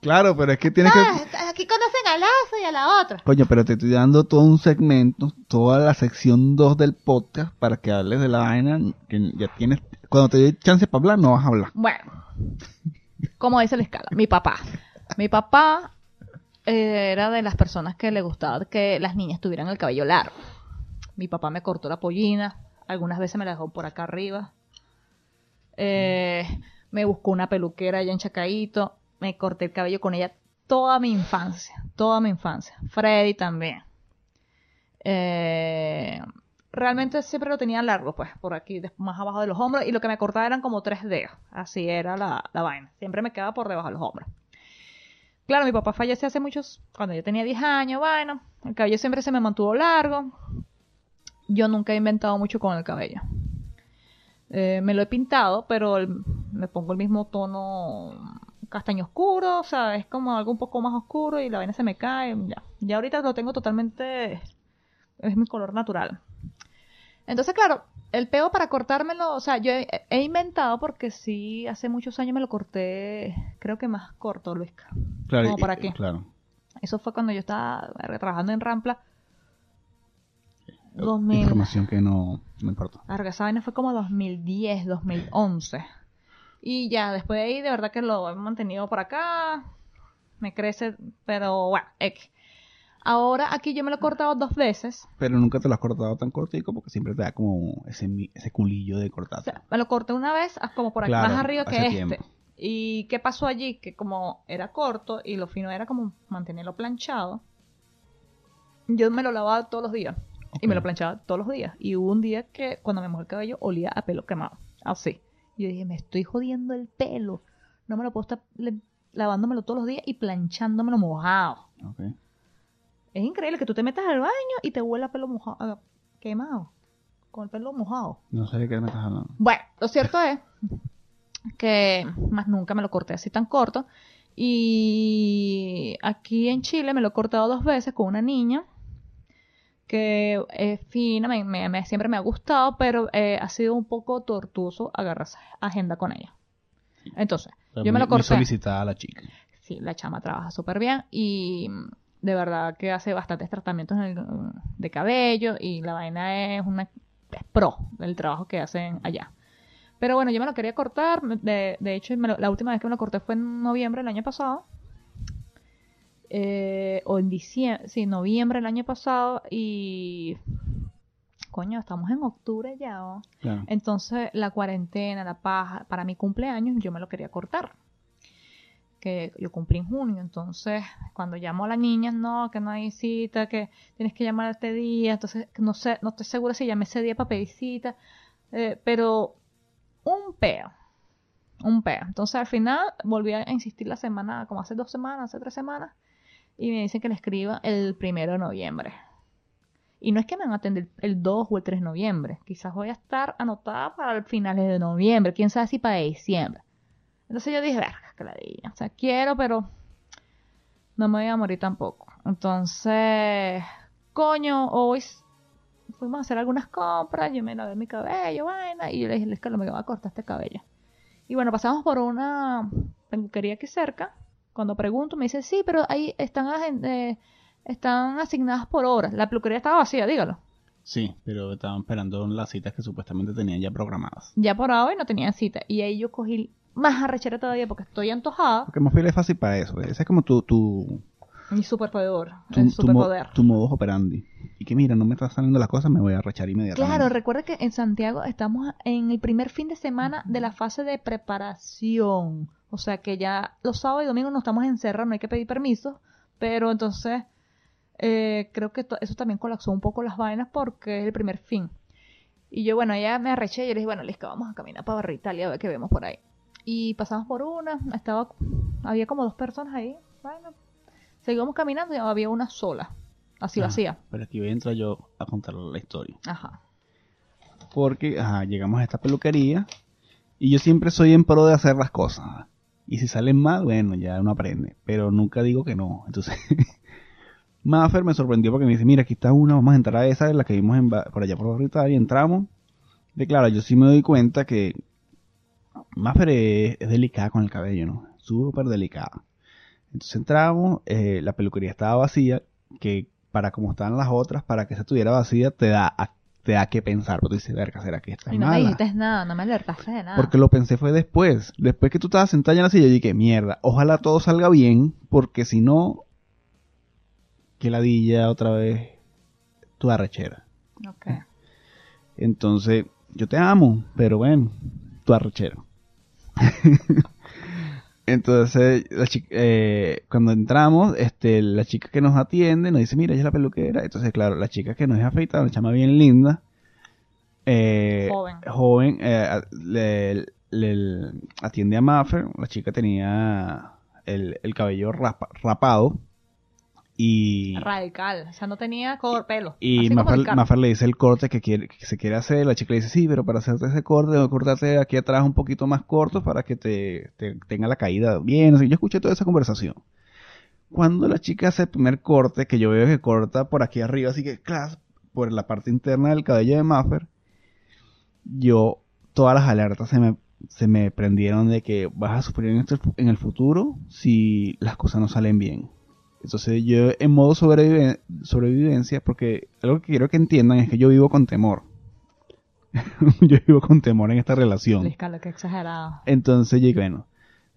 Speaker 4: Claro, pero es que tienes que.
Speaker 3: Ah, aquí conocen a Lazo y a la otra.
Speaker 4: Coño, pero te estoy dando todo un segmento, toda la sección 2 del podcast para que hables de la vaina que ya tienes. Cuando te dé chance para hablar, no vas a hablar.
Speaker 3: Bueno, como dice la escala, mi papá. Mi papá eh, era de las personas que le gustaba que las niñas tuvieran el cabello largo. Mi papá me cortó la pollina, algunas veces me la dejó por acá arriba. Eh, me buscó una peluquera allá en Chacaíto, me corté el cabello con ella toda mi infancia, toda mi infancia. Freddy también. Eh, realmente siempre lo tenía largo, pues, por aquí, des- más abajo de los hombros, y lo que me cortaba eran como tres dedos. Así era la, la vaina. Siempre me quedaba por debajo de los hombros. Claro, mi papá falleció hace muchos, cuando yo tenía 10 años, bueno, el cabello siempre se me mantuvo largo. Yo nunca he inventado mucho con el cabello. Eh, me lo he pintado, pero el- me pongo el mismo tono castaño oscuro, o sea, es como algo un poco más oscuro y la vaina se me cae, ya. Ya ahorita lo tengo totalmente, es mi color natural. Entonces, claro, el peo para cortármelo, o sea, yo he, he inventado porque sí, hace muchos años me lo corté, creo que más corto, Luisca.
Speaker 4: Claro,
Speaker 3: Como
Speaker 4: y-
Speaker 3: para qué.
Speaker 4: Claro.
Speaker 3: Eso fue cuando yo estaba verga, trabajando en Rampla.
Speaker 4: Eh,
Speaker 3: 2000.
Speaker 4: Información que no, no importa.
Speaker 3: Verga, esa vaina fue como 2010, 2011. Y ya, después de ahí, de verdad que lo he mantenido por acá. Me crece, pero bueno, X. Ahora aquí yo me lo he cortado dos veces.
Speaker 4: Pero nunca te lo has cortado tan cortico porque siempre te da como ese, mi- ese culillo de
Speaker 3: O
Speaker 4: cortarte.
Speaker 3: sea, me lo corté una vez, ah, como por aquí
Speaker 4: Claro,
Speaker 3: más arriba que
Speaker 4: hace
Speaker 3: este.
Speaker 4: tiempo.
Speaker 3: ¿Y qué pasó allí? Que como era corto y lo fino era como mantenerlo planchado, yo me lo lavaba todos los días. Y me lo planchaba todos los días. Y hubo un día que cuando me mojé el cabello olía a pelo quemado. Así. Y yo dije, me estoy jodiendo el pelo. No me lo puedo estar le- lavándomelo todos los días y planchándomelo mojado.
Speaker 4: Ok.
Speaker 3: Es increíble que tú te metas al baño y te huela pelo mojado, ah, quemado. Con el pelo mojado.
Speaker 4: No sé de qué me estás hablando.
Speaker 3: Bueno, lo cierto es que más nunca me lo corté así tan corto. Y aquí en Chile me lo he cortado dos veces con una niña que es fina, me- me- me- siempre me ha gustado, pero eh, ha sido un poco tortuoso agarrar esa agenda con ella. Entonces,
Speaker 4: Pero
Speaker 3: Yo me lo
Speaker 4: muy- muy
Speaker 3: corté.
Speaker 4: solicitada la chica.
Speaker 3: sí, la chama trabaja súper bien y mm, de verdad que hace bastantes tratamientos en el- mm, de cabello y la vaina es una es pro del trabajo que hacen allá. Pero bueno, yo me lo quería cortar, me- de, de hecho me lo- la última vez que me lo corté fue en noviembre del año pasado. Eh, o en diciembre, sí, noviembre del año pasado y... Coño, estamos en octubre ya. ¿oh?
Speaker 4: Claro.
Speaker 3: Entonces, la cuarentena, la paja, para mi cumpleaños yo me lo quería cortar. Que yo cumplí en junio, entonces cuando llamo a la niña, no, que no hay cita, que tienes que llamar este día, entonces no sé, no estoy segura si llamé ese día para pedir cita, eh, pero un peo, un peo. Entonces al final volví a insistir la semana, como hace dos semanas, hace tres semanas, y me dicen que le escriba el primero de noviembre. Y no es que me van a atender el 2 o el 3 de noviembre. Quizás voy a estar anotada para el finales de noviembre. Quién sabe si para diciembre. Entonces yo dije, verga, que la diga. O sea, quiero, pero no me voy a morir tampoco. Entonces, coño, hoy s- fuimos a hacer algunas compras. Yo me lavé mi cabello, vaina. Y yo le dije, Luis Carlos, me voy a cortar este cabello. Y bueno, pasamos por una peluquería aquí cerca. Cuando pregunto, me dice, sí, pero ahí están agen- eh, están asignadas por horas. La peluquería estaba vacía, dígalo.
Speaker 4: Sí, pero estaban esperando las citas que supuestamente tenían ya programadas.
Speaker 3: Ya por hoy no tenía cita. Y ahí yo cogí más arrechera todavía porque estoy antojada.
Speaker 4: Porque Mofile es fácil para eso. Ese es como tu, tu,
Speaker 3: Mi superpoder.
Speaker 4: tu, tu
Speaker 3: el
Speaker 4: mo-
Speaker 3: superpoder.
Speaker 4: tu modus operandi. Y que mira, no me están saliendo las cosas, me voy a rechar inmediatamente.
Speaker 3: Claro, recuerda que en Santiago estamos en el primer fin de semana de la fase de preparación. O sea que ya los sábados y domingos no estamos encerrados, no hay que pedir permiso. Pero entonces eh, creo que to- eso también colapsó un poco las vainas porque es el primer fin. Y yo, bueno, ya me arreché y yo le dije, bueno, Lisca, vamos a caminar para Barra Italia a ver qué vemos por ahí. Y pasamos por una, estaba, había como dos personas ahí. Bueno, seguimos caminando y había una sola, así
Speaker 4: Ajá.
Speaker 3: vacía.
Speaker 4: Pero aquí entro yo a contar la historia.
Speaker 3: Ajá.
Speaker 4: Porque ajá, llegamos a esta peluquería y yo siempre soy en pro de hacer las cosas. Y si salen mal, bueno, ya uno aprende. Pero nunca digo que no. Entonces, Maffer me sorprendió porque me dice, mira, aquí está una, vamos a entrar a esa, la que vimos en Ba- por allá por ahorita y entramos. De claro, yo sí me doy cuenta que Maffer es, es delicada con el cabello, ¿no? Súper delicada. Entonces entramos, eh, la peluquería estaba vacía, que para como estaban las otras, para que se estuviera vacía, te da, a- te da que pensar. Porque tú dices, verga, ¿será que esta es
Speaker 3: Y no me
Speaker 4: mala?
Speaker 3: dijiste nada, no me alertaste de nada.
Speaker 4: Porque lo pensé fue después. Después que tú estabas sentada ya en la silla, yo dije, mierda, ojalá todo salga bien, porque si no, que ladilla otra vez tu arrechera.
Speaker 3: Ok.
Speaker 4: Entonces, yo te amo, pero bueno, tu arrechera. Entonces, la chi- eh, cuando entramos, este, la chica que nos atiende nos dice, mira, ella es la peluquera. Entonces, claro, la chica que nos es afeitada, una chama bien linda. eh,
Speaker 3: Joven.
Speaker 4: joven, eh, a- le, le- atiende a Maffer. La chica tenía el, el cabello rapa- rapado. Y,
Speaker 3: Radical. O sea, no tenía cor- pelo.
Speaker 4: y
Speaker 3: Así como
Speaker 4: Maffer,
Speaker 3: Ricardo.
Speaker 4: Maffer le dice el corte que, quiere, que se quiere hacer. La chica le dice, sí, pero para hacerte ese corte, debo cortarte aquí atrás un poquito más corto para que te, te- tenga la caída bien. O sea, yo escuché toda esa conversación. Cuando la chica hace el primer corte, que yo veo que corta por aquí arriba, así que, clas, por la parte interna del cabello de Maffer, yo, todas las alertas se me, se me prendieron de que vas a sufrir en, este- en el futuro si las cosas no salen bien. Entonces yo en modo sobrevive- sobrevivencia, porque algo que quiero que entiendan es que yo vivo con temor. yo vivo con temor en esta relación.
Speaker 3: Luis Carlos, qué exagerado.
Speaker 4: Entonces yo dije, bueno,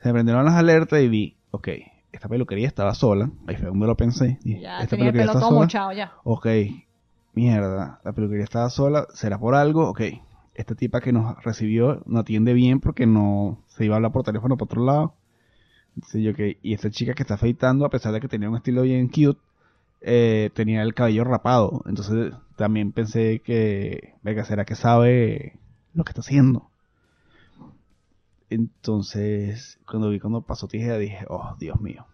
Speaker 4: se me prendieron las alertas y vi, ok, esta peluquería estaba sola. Ahí fue donde lo pensé. Dije,
Speaker 3: Ya
Speaker 4: esta
Speaker 3: tenía el pelo todo
Speaker 4: sola.
Speaker 3: mochado ya.
Speaker 4: Ok, mierda, la peluquería estaba sola, será por algo, ok. esta tipa que nos recibió no atiende bien porque no se iba a hablar por teléfono por otro lado. Entonces yo que, y esta chica que está afeitando, a pesar de que tenía un estilo bien cute, eh, tenía el cabello rapado. Entonces también pensé que, venga, ¿será que sabe lo que está haciendo? Entonces, cuando vi cuando pasó tijera, dije, oh, Dios mío.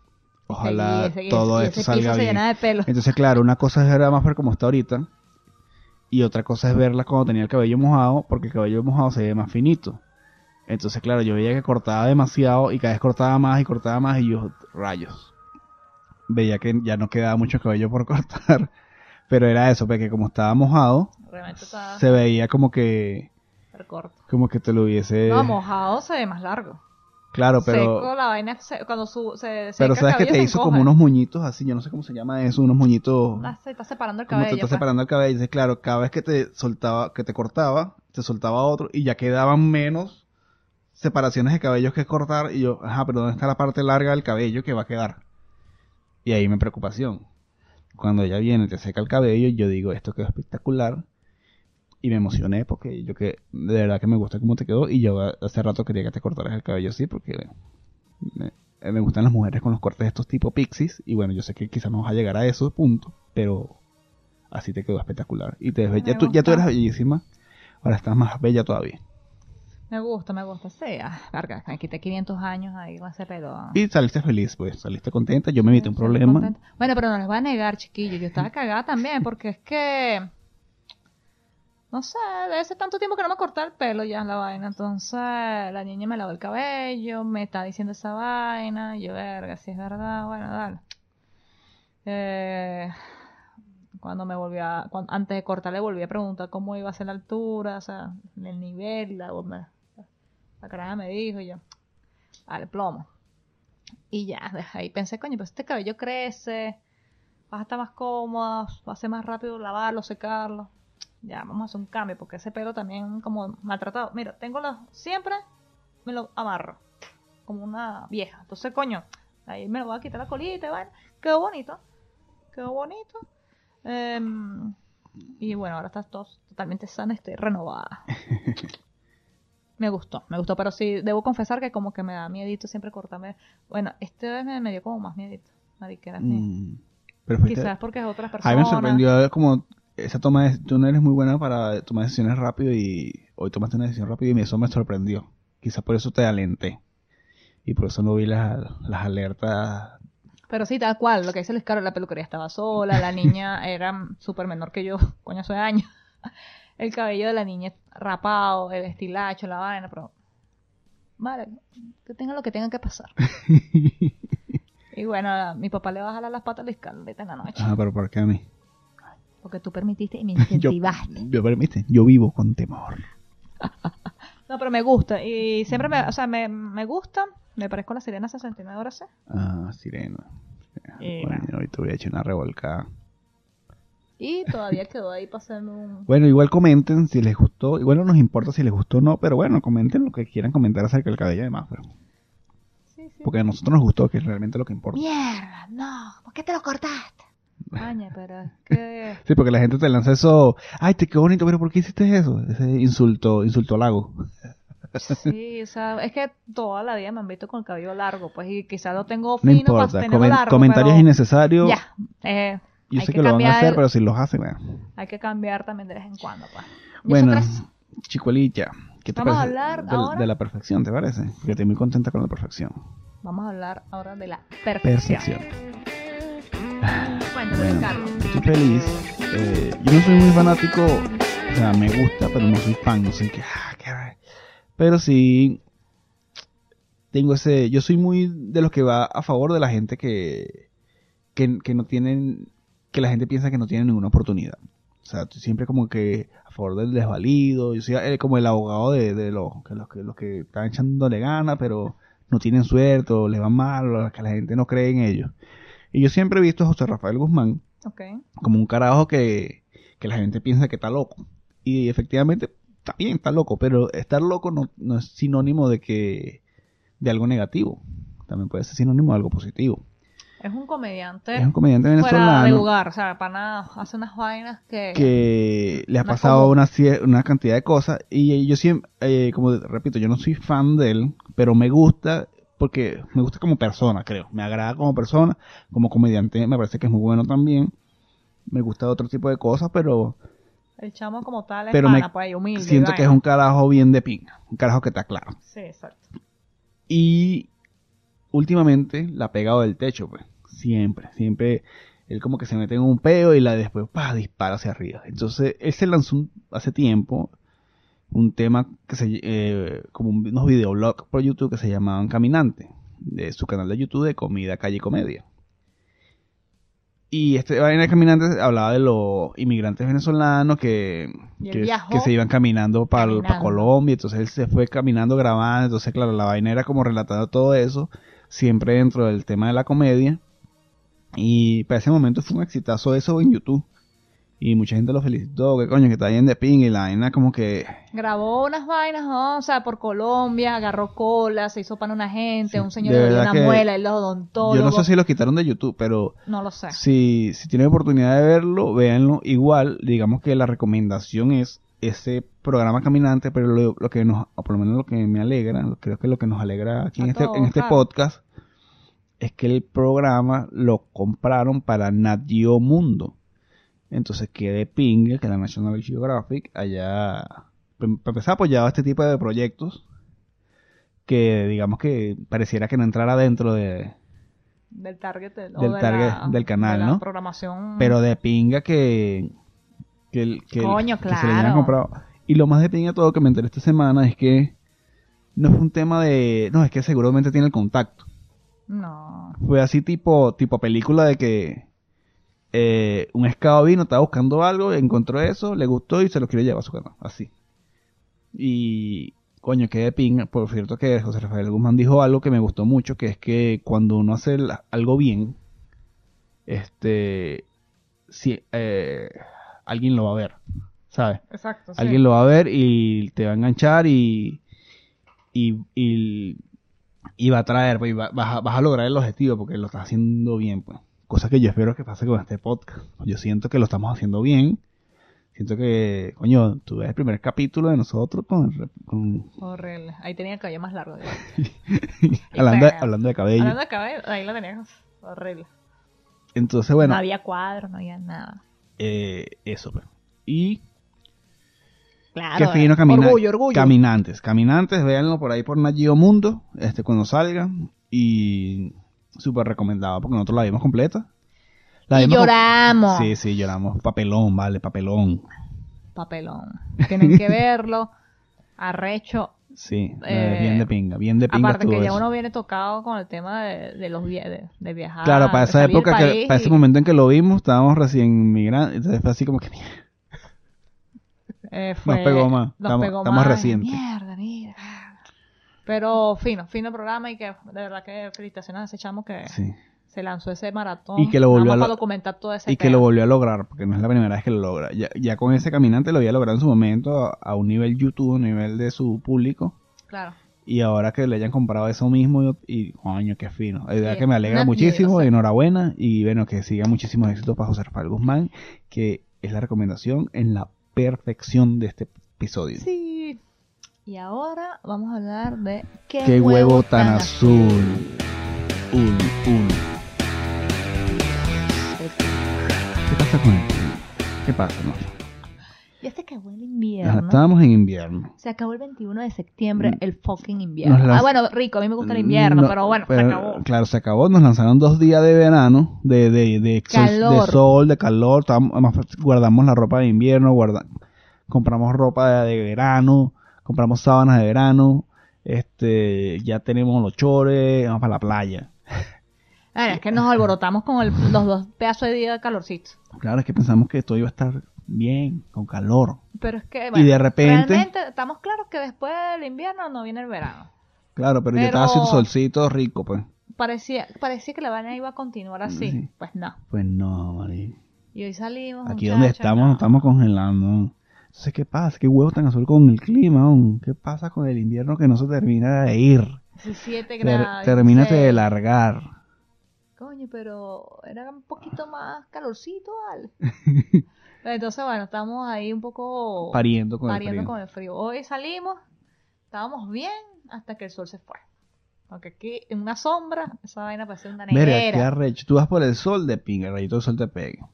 Speaker 4: Ojalá
Speaker 3: Y ese- y
Speaker 4: todo
Speaker 3: ese- y
Speaker 4: esto
Speaker 3: ese
Speaker 4: salga
Speaker 3: piso se
Speaker 4: bien.
Speaker 3: llena de pelo.
Speaker 4: Entonces, claro, una cosa es verla más ver como está ahorita. Y otra cosa es verla cuando tenía el cabello mojado, porque el cabello mojado se ve más finito. Entonces, claro, yo veía que cortaba demasiado y cada vez cortaba más y cortaba más y yo, rayos. Veía que ya no quedaba mucho cabello por cortar. Pero era eso, porque como estaba mojado,
Speaker 3: Realmente está
Speaker 4: se veía como que
Speaker 3: súper corto.
Speaker 4: como que te lo hubiese...
Speaker 3: No, mojado se ve más largo.
Speaker 4: Claro, pero...
Speaker 3: seco, la vaina se- cuando su, se seca
Speaker 4: Pero sabes
Speaker 3: el
Speaker 4: que
Speaker 3: cabello
Speaker 4: te
Speaker 3: se
Speaker 4: hizo
Speaker 3: encoge.
Speaker 4: como unos muñitos así, yo no sé cómo se llama eso, unos muñitos...
Speaker 3: Está, se está separando el
Speaker 4: como
Speaker 3: cabello.
Speaker 4: te estás
Speaker 3: pues.
Speaker 4: separando el cabello, dices, claro, cada vez que te soltaba, que te cortaba, te soltaba otro y ya quedaban menos separaciones de cabellos que cortar y yo, ajá, pero ¿dónde está la parte larga del cabello que va a quedar? Y ahí mi preocupación. Cuando ella viene, y te seca el cabello, yo digo, esto quedó espectacular. Y me emocioné porque yo que de verdad que me gusta cómo te quedó y yo hace rato quería que te cortaras el cabello así porque bueno, me, eh, me gustan las mujeres con los cortes de estos tipo pixies y bueno, yo sé que quizás no vas a llegar a esos puntos, pero así te quedó espectacular. Y te ves bella.
Speaker 3: Me
Speaker 4: Ya tú, ya tú
Speaker 3: gusta.
Speaker 4: eras bellísima, ahora estás más bella todavía.
Speaker 3: Me gusta, me gusta. Sí, ah, verga, me quité 500 años ahí con ese pelo. ah.
Speaker 4: Y saliste feliz, pues, saliste contenta, yo me evité un
Speaker 3: Estoy
Speaker 4: problema.
Speaker 3: contenta. Bueno, pero no les voy a negar, chiquillos. Yo estaba cagada también porque es que. No sé, de hace tanto tiempo que no me cortaba el pelo ya la vaina. Entonces, la niña me lavó el cabello, me está diciendo esa vaina. Yo, verga, si es verdad, bueno, dale. Eh, cuando me volví a. cuan- antes de cortar, le volví a preguntar cómo iba a ser la altura, o sea, el nivel, la, la, la caraja me dijo y yo. Dale, plomo. Y ya, de ahí pensé, coño, pero este cabello crece, vas a estar más cómoda, va a ser más rápido lavarlo, secarlo. Ya, vamos a hacer un cambio, porque ese pelo también como maltratado. Mira, tengo los, siempre me lo amarro, como una vieja. Entonces, coño, ahí me lo voy a quitar la colita, y bueno, quedó bonito, quedó bonito. Em, y bueno, ahora estás todo totalmente sana, estoy renovada. Me gustó, me gustó, pero sí, debo confesar que como que me da miedito siempre cortarme. Bueno, este vez me, me dio como más miedito, mariqueras mías.
Speaker 4: Mm, Pero fuiste-
Speaker 3: Quizás porque es otras personas.
Speaker 4: A mí me sorprendió como esa toma de... Tú no eres muy buena para tomar decisiones rápido y hoy tomaste una decisión rápido y eso me sorprendió. Quizás por eso te alenté. Y por eso no vi las, las alertas.
Speaker 3: Pero sí, tal cual, lo que dice Luis Carlos, la peluquería estaba sola, la niña era súper menor que yo, coño, hace años. El cabello de la niña rapado, el estilacho, la vaina, pero... Vale, que tenga lo que tenga que pasar. Y bueno, a mi papá le va a jalar las patas a Luis Carlos ahorita en la noche,
Speaker 4: Ah, pero ¿por qué a mí?
Speaker 3: porque tú permitiste y me
Speaker 4: Yo,
Speaker 3: incentivaste.
Speaker 4: yo, permite, yo vivo con temor.
Speaker 3: No, pero me gusta. Y siempre me, o sea, me, me gusta. Me parezco a la sirena 69 horas.
Speaker 4: Ah, sirena.
Speaker 3: Y
Speaker 4: bueno,
Speaker 3: nada.
Speaker 4: ahorita voy a echar una revolcada.
Speaker 3: Y todavía quedó ahí pasando un.
Speaker 4: Bueno, igual comenten si les gustó. Igual no nos importa si les gustó o no, pero bueno, comenten lo que quieran comentar acerca del cabello de Mafra.
Speaker 3: Sí, sí.
Speaker 4: Porque a nosotros nos gustó, que es realmente lo que importa.
Speaker 3: Mierda, no. ¿Por qué te lo cortaste? Maña, pero es que.
Speaker 4: Sí, porque la gente te lanza eso. Ay, te quedó bonito, pero ¿por qué hiciste eso? Ese insulto, insulto al lago.
Speaker 3: Sí, o sea, es que toda la vida me han visto con el cabello largo. Pues y quizás lo tengo
Speaker 4: No
Speaker 3: fino para
Speaker 4: importa,
Speaker 3: tenerlo
Speaker 4: comen-
Speaker 3: largo.
Speaker 4: comentarios
Speaker 3: pero
Speaker 4: innecesarios.
Speaker 3: Ya. eh,
Speaker 4: Yo
Speaker 3: hay
Speaker 4: sé
Speaker 3: que
Speaker 4: que, lo van a
Speaker 3: cambiar-
Speaker 4: hacer, pero si los hacen, bueno.
Speaker 3: hay que cambiar también de vez en cuando, pues. Y
Speaker 4: Bueno,
Speaker 3: nosotras-
Speaker 4: Chicuelilla, ¿qué te
Speaker 3: Vamos a
Speaker 4: parece
Speaker 3: hablar
Speaker 4: de,
Speaker 3: ahora-
Speaker 4: de la perfección, te parece? Porque estoy muy contenta con la perfección.
Speaker 3: Vamos a hablar ahora de la perfección.
Speaker 4: Perfección.
Speaker 3: Cuéntame,
Speaker 4: Bueno,
Speaker 3: Carlos.
Speaker 4: estoy feliz. Eh, yo no soy muy fanático, o sea, me gusta, pero no soy fan, no soy que, ah, qué ra- Pero sí, tengo ese, yo soy muy de los que va a favor de la gente que, que, que no tienen, que la gente piensa que no tiene ninguna oportunidad. O sea, estoy siempre como que a favor del desvalido, yo soy eh, como el abogado de, de los, que los que los que están echándole ganas, pero no tienen suerte, o les va mal, o que la gente no cree en ellos. Y yo siempre he visto a José Rafael Guzmán
Speaker 3: Ok.
Speaker 4: como un carajo que, que la gente piensa que está loco. Y efectivamente, está bien, está loco, pero estar loco no, no es sinónimo de que de algo negativo. También puede ser sinónimo de algo positivo.
Speaker 3: Es un comediante.
Speaker 4: Es un comediante
Speaker 3: fuera de
Speaker 4: venezolano
Speaker 3: lugar, o sea, para nada, hace unas vainas que...
Speaker 4: que le ha
Speaker 3: No es
Speaker 4: pasado
Speaker 3: común.
Speaker 4: una, cier- una cantidad de cosas y yo siempre, eh, como te- repito, yo no soy fan de él, pero me gusta porque me gusta como persona, creo. Me agrada como persona, como comediante me parece que es muy bueno también. Me gusta otro tipo de cosas, pero
Speaker 3: el chamo como tal es
Speaker 4: pero me
Speaker 3: pana, pues, y humilde. y
Speaker 4: siento que es
Speaker 3: vaina.
Speaker 4: un carajo bien de pinga, un carajo que está claro.
Speaker 3: Sí, exacto.
Speaker 4: Y últimamente la ha pegado del techo, pues. Siempre, siempre. Él como que se mete en un peo y la después pa, dispara hacia arriba. Entonces, él se lanzó un- hace tiempo un tema que se eh, como un- unos videoblogs por YouTube que se llamaban Caminante, de su canal de YouTube de comida, calle y comedia. Y este vaina de Caminante hablaba de los inmigrantes venezolanos que,
Speaker 3: Y él
Speaker 4: que,
Speaker 3: viajó
Speaker 4: que se iban caminando para, para
Speaker 3: caminando.
Speaker 4: Colombia, entonces él se fue caminando grabando, entonces claro, la vaina era como relatando todo eso, siempre dentro del tema de la comedia. Y para ese momento fue un exitazo eso en YouTube. Y mucha gente lo felicitó, que coño, que está bien de ping y la vaina como que
Speaker 3: Grabó unas vainas, ¿no? o sea, por Colombia, agarró cola, se hizo pan a una gente,
Speaker 4: Sí,
Speaker 3: un señor
Speaker 4: de
Speaker 3: le dolió
Speaker 4: verdad
Speaker 3: una
Speaker 4: que
Speaker 3: muela, el odontólogo.
Speaker 4: Yo no sé si lo quitaron de YouTube, pero
Speaker 3: No lo sé.
Speaker 4: si, si tienen oportunidad de verlo, véanlo. Igual, digamos que la recomendación es ese programa caminante, pero lo, lo que nos, o por lo menos lo que me alegra, creo que lo que nos alegra aquí
Speaker 3: A
Speaker 4: en este, en
Speaker 3: todos,
Speaker 4: este
Speaker 3: claro.
Speaker 4: podcast, es que el programa lo compraron para Nat Geo Mundo. Entonces que de pingue que la National Geographic haya para empezar apoyado este tipo de proyectos que digamos que pareciera que no entrara dentro de,
Speaker 3: Del target del, o
Speaker 4: del
Speaker 3: de
Speaker 4: target
Speaker 3: la-
Speaker 4: del canal,
Speaker 3: de la
Speaker 4: ¿no?
Speaker 3: programación.
Speaker 4: pero de pinga que que, el- que el-
Speaker 3: Mm. Coño,
Speaker 4: que se le hayan
Speaker 3: claro.
Speaker 4: comprado. Y lo más de pinga todo que me enteré esta semana es que no fue un tema de, no, es que seguramente tiene el contacto.
Speaker 3: No.
Speaker 4: Fue así tipo tipo película de que eh, un escado vino, estaba buscando algo, encontró eso, le gustó y se lo quiere llevar a su canal, así. Y coño, que de pinga, por cierto que José Rafael Guzmán dijo algo que me gustó mucho, que es que cuando uno hace la- algo bien, este, si, eh, alguien lo va a ver, ¿sabes?
Speaker 3: Exacto. sí.
Speaker 4: Alguien lo va a ver y te va a enganchar y, y, y, y va a traer, pues, y va- vas, a, vas a lograr el objetivo porque lo estás haciendo bien, pues. Cosa que yo espero que pase con este podcast. Yo siento que lo estamos haciendo bien. Siento que, coño, tú ves el primer capítulo de nosotros con, con-
Speaker 3: Horrible. Ahí tenía el cabello más largo. de-
Speaker 4: hablando, de,
Speaker 3: feo.
Speaker 4: hablando de cabello.
Speaker 3: Hablando de cabello, ahí lo tenías. Horrible.
Speaker 4: Entonces, bueno,
Speaker 3: No había cuadros, no había nada.
Speaker 4: eh, eso, pues. Y
Speaker 3: Claro.
Speaker 4: Qué fino
Speaker 3: eh.
Speaker 4: caminar.
Speaker 3: Orgullo, orgullo.
Speaker 4: Caminantes, caminantes, véanlo por ahí por Nat Geo Mundo, este, cuando salga. Y súper recomendado porque nosotros la vimos completa. La
Speaker 3: Y
Speaker 4: vimos com-
Speaker 3: lloramos.
Speaker 4: Sí, sí, lloramos. Papelón, vale, papelón.
Speaker 3: Papelón. Tienen que verlo. Arrecho.
Speaker 4: Sí, la-
Speaker 3: Eh,
Speaker 4: bien de pinga, bien de pinga.
Speaker 3: Aparte que
Speaker 4: estuvo
Speaker 3: ya
Speaker 4: eso.
Speaker 3: uno viene tocado con el tema de, de los vie- de, de viajar.
Speaker 4: Claro, para
Speaker 3: de
Speaker 4: esa
Speaker 3: salir
Speaker 4: época,
Speaker 3: del
Speaker 4: que,
Speaker 3: país
Speaker 4: para ese
Speaker 3: y-
Speaker 4: momento en que lo vimos, estábamos recién migrantes. Entonces fue así como que.
Speaker 3: eh, fue-
Speaker 4: pegó más, estamos-
Speaker 3: pegó
Speaker 4: estamos
Speaker 3: más,
Speaker 4: recientes.
Speaker 3: Mierda, mira. Pero fino, fino el programa y que de verdad que felicitaciones a ese chamo que
Speaker 4: Sí.
Speaker 3: se lanzó ese maratón.
Speaker 4: Y que lo volvió
Speaker 3: nada
Speaker 4: a
Speaker 3: más
Speaker 4: lo-
Speaker 3: para documentar todo ese
Speaker 4: Y que
Speaker 3: pedo.
Speaker 4: lo volvió a lograr, porque no es la primera vez que lo logra. Ya, ya con ese caminante lo había logrado en su momento a, a un nivel YouTube, a un nivel de su público.
Speaker 3: Claro.
Speaker 4: Y ahora que le hayan comprado eso mismo, yo- y coño, qué fino. La verdad
Speaker 3: Sí,
Speaker 4: que me alegra
Speaker 3: una
Speaker 4: muchísimo,
Speaker 3: miedosa.
Speaker 4: enhorabuena. Y bueno, que siga muchísimos éxitos para José Rafael Guzmán, que es la recomendación en la perfección de este episodio.
Speaker 3: Sí. Y ahora vamos a hablar de qué,
Speaker 4: Qué huevo, tan
Speaker 3: azul.
Speaker 4: azul. Un, un. ¿Qué pasa con esto? ¿Qué pasa, no?
Speaker 3: Ya se acabó el
Speaker 4: Ajá,
Speaker 3: invierno.
Speaker 4: Estábamos en invierno.
Speaker 3: Se acabó el 21 de septiembre,
Speaker 4: Mm.
Speaker 3: el fucking invierno.
Speaker 4: las-
Speaker 3: Ah, bueno, rico, a mí me gusta el invierno,
Speaker 4: No,
Speaker 3: pero bueno, se acabó.
Speaker 4: Claro, se acabó. Nos lanzaron dos días de verano, de, de, de, sol- de sol,
Speaker 3: Calor.
Speaker 4: de calor. estábamos- además, guardamos la ropa de invierno, guarda- compramos ropa de, de verano, compramos sábanas de verano. Este, ya tenemos los chores, vamos para la playa.
Speaker 3: Ah, es que nos alborotamos con el- los dos pedazos de día de calorcito.
Speaker 4: Claro, es que pensamos que esto iba a estar bien, con calor.
Speaker 3: Pero es que,
Speaker 4: y
Speaker 3: bueno,
Speaker 4: de repente,
Speaker 3: realmente estamos claros que después del invierno no viene el verano.
Speaker 4: claro, pero, yo
Speaker 3: pero-
Speaker 4: estaba haciendo solcito rico, pues.
Speaker 3: Parecía, parecía que la vaina iba a continuar así.
Speaker 4: Sí.
Speaker 3: Pues no.
Speaker 4: Pues no, marico.
Speaker 3: Y hoy salimos.
Speaker 4: Aquí donde
Speaker 3: muchachos,
Speaker 4: estamos,
Speaker 3: no.
Speaker 4: nos estamos congelando. Entonces, ¿qué pasa? ¿Qué huevo tan azul con el clima? aún? ¿Qué pasa con el invierno que no se termina de ir? Ter-
Speaker 3: 17 grados.
Speaker 4: termina
Speaker 3: 16.
Speaker 4: de largar.
Speaker 3: Coño, coño, pero era un poquito más calorcito, ¿vale? Entonces, bueno, estamos ahí un poco
Speaker 4: Pariendo con
Speaker 3: Oh,
Speaker 4: el
Speaker 3: pariendo
Speaker 4: frío.
Speaker 3: con el frío. Hoy salimos, estábamos bien hasta que el sol se fue. Porque aquí, en una sombra, esa vaina parece una
Speaker 4: Mira, qué
Speaker 3: nevera.
Speaker 4: arrecho. Tú vas por el sol de pinga, el rayito del sol te pega.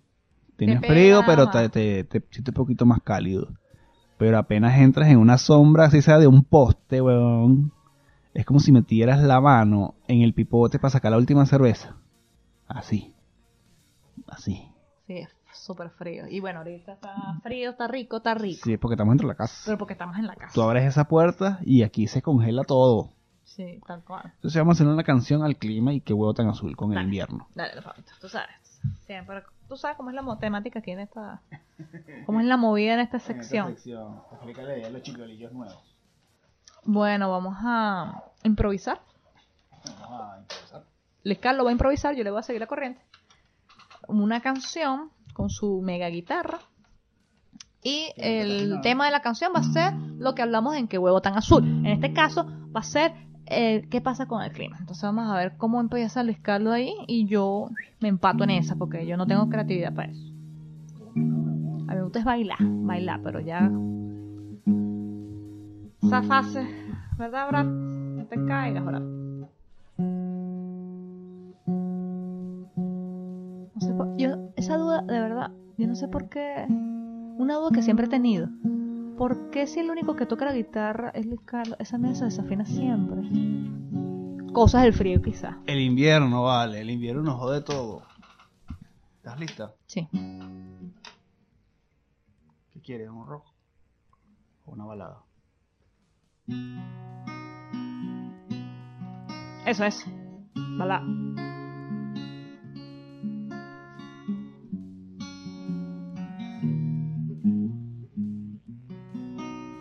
Speaker 4: Tienes
Speaker 3: pega,
Speaker 4: frío, pero
Speaker 3: ajá.
Speaker 4: te, te, te sientes un poquito más cálido. Pero apenas entras en una sombra, así sea de un poste, weón. Es como si metieras la mano en el pipote para sacar la última cerveza. Así. Así.
Speaker 3: Sí, es súper frío. Y bueno, ahorita está frío, está rico, está rico.
Speaker 4: Sí, es porque estamos dentro de la casa.
Speaker 3: Pero porque estamos en la casa.
Speaker 4: Tú abres esa puerta y aquí se congela todo.
Speaker 3: Sí, tal cual.
Speaker 4: Entonces vamos a hacer una canción al clima y qué huevo tan azul con el
Speaker 3: Dale.
Speaker 4: invierno.
Speaker 3: Dale, los favoritos, tú sabes. Siempre, tú sabes cómo es la mo- temática aquí en esta... Cómo es la movida en esta sección.
Speaker 4: Explícale a los chicolillos nuevos.
Speaker 3: Bueno, vamos a improvisar.
Speaker 4: Vamos a improvisar.
Speaker 3: Le- Carlos va a improvisar, yo le voy a seguir la corriente. Una canción con su mega guitarra. Y el tema de la canción va a ser lo que hablamos en qué huevo tan azul. En este caso va a ser eh, qué pasa con el clima. Entonces vamos a ver cómo empieza Luis Carlos ahí y yo me empato en esa porque yo no tengo creatividad para eso. A mí me gusta es bailar, bailar, pero ya... Esa fase, ¿verdad, Brad? No te caigas, Brad. No sé por- yo, esa duda, de verdad, yo no sé por qué. Una duda que siempre he tenido. ¿Por qué si el único que toca la guitarra es Luis Carlos? Esa mesa se desafina siempre. Cosas del frío, quizás.
Speaker 4: El invierno, vale, el invierno nos jode todo. ¿Estás lista?
Speaker 3: Sí.
Speaker 4: ¿Qué quieres? ¿Un rock? ¿O una balada?
Speaker 3: Eso es. Bala.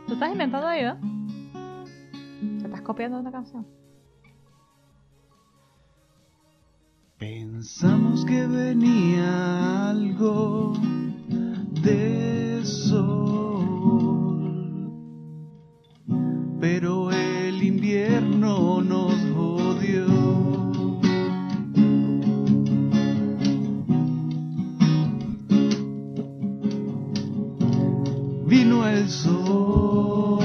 Speaker 3: ¿Tú estás inventando ahí, ¿verdad? ¿Te estás copiando de una canción?
Speaker 4: Pensamos que venía algo de sol, pero el invierno nos jodió. Vino el sol,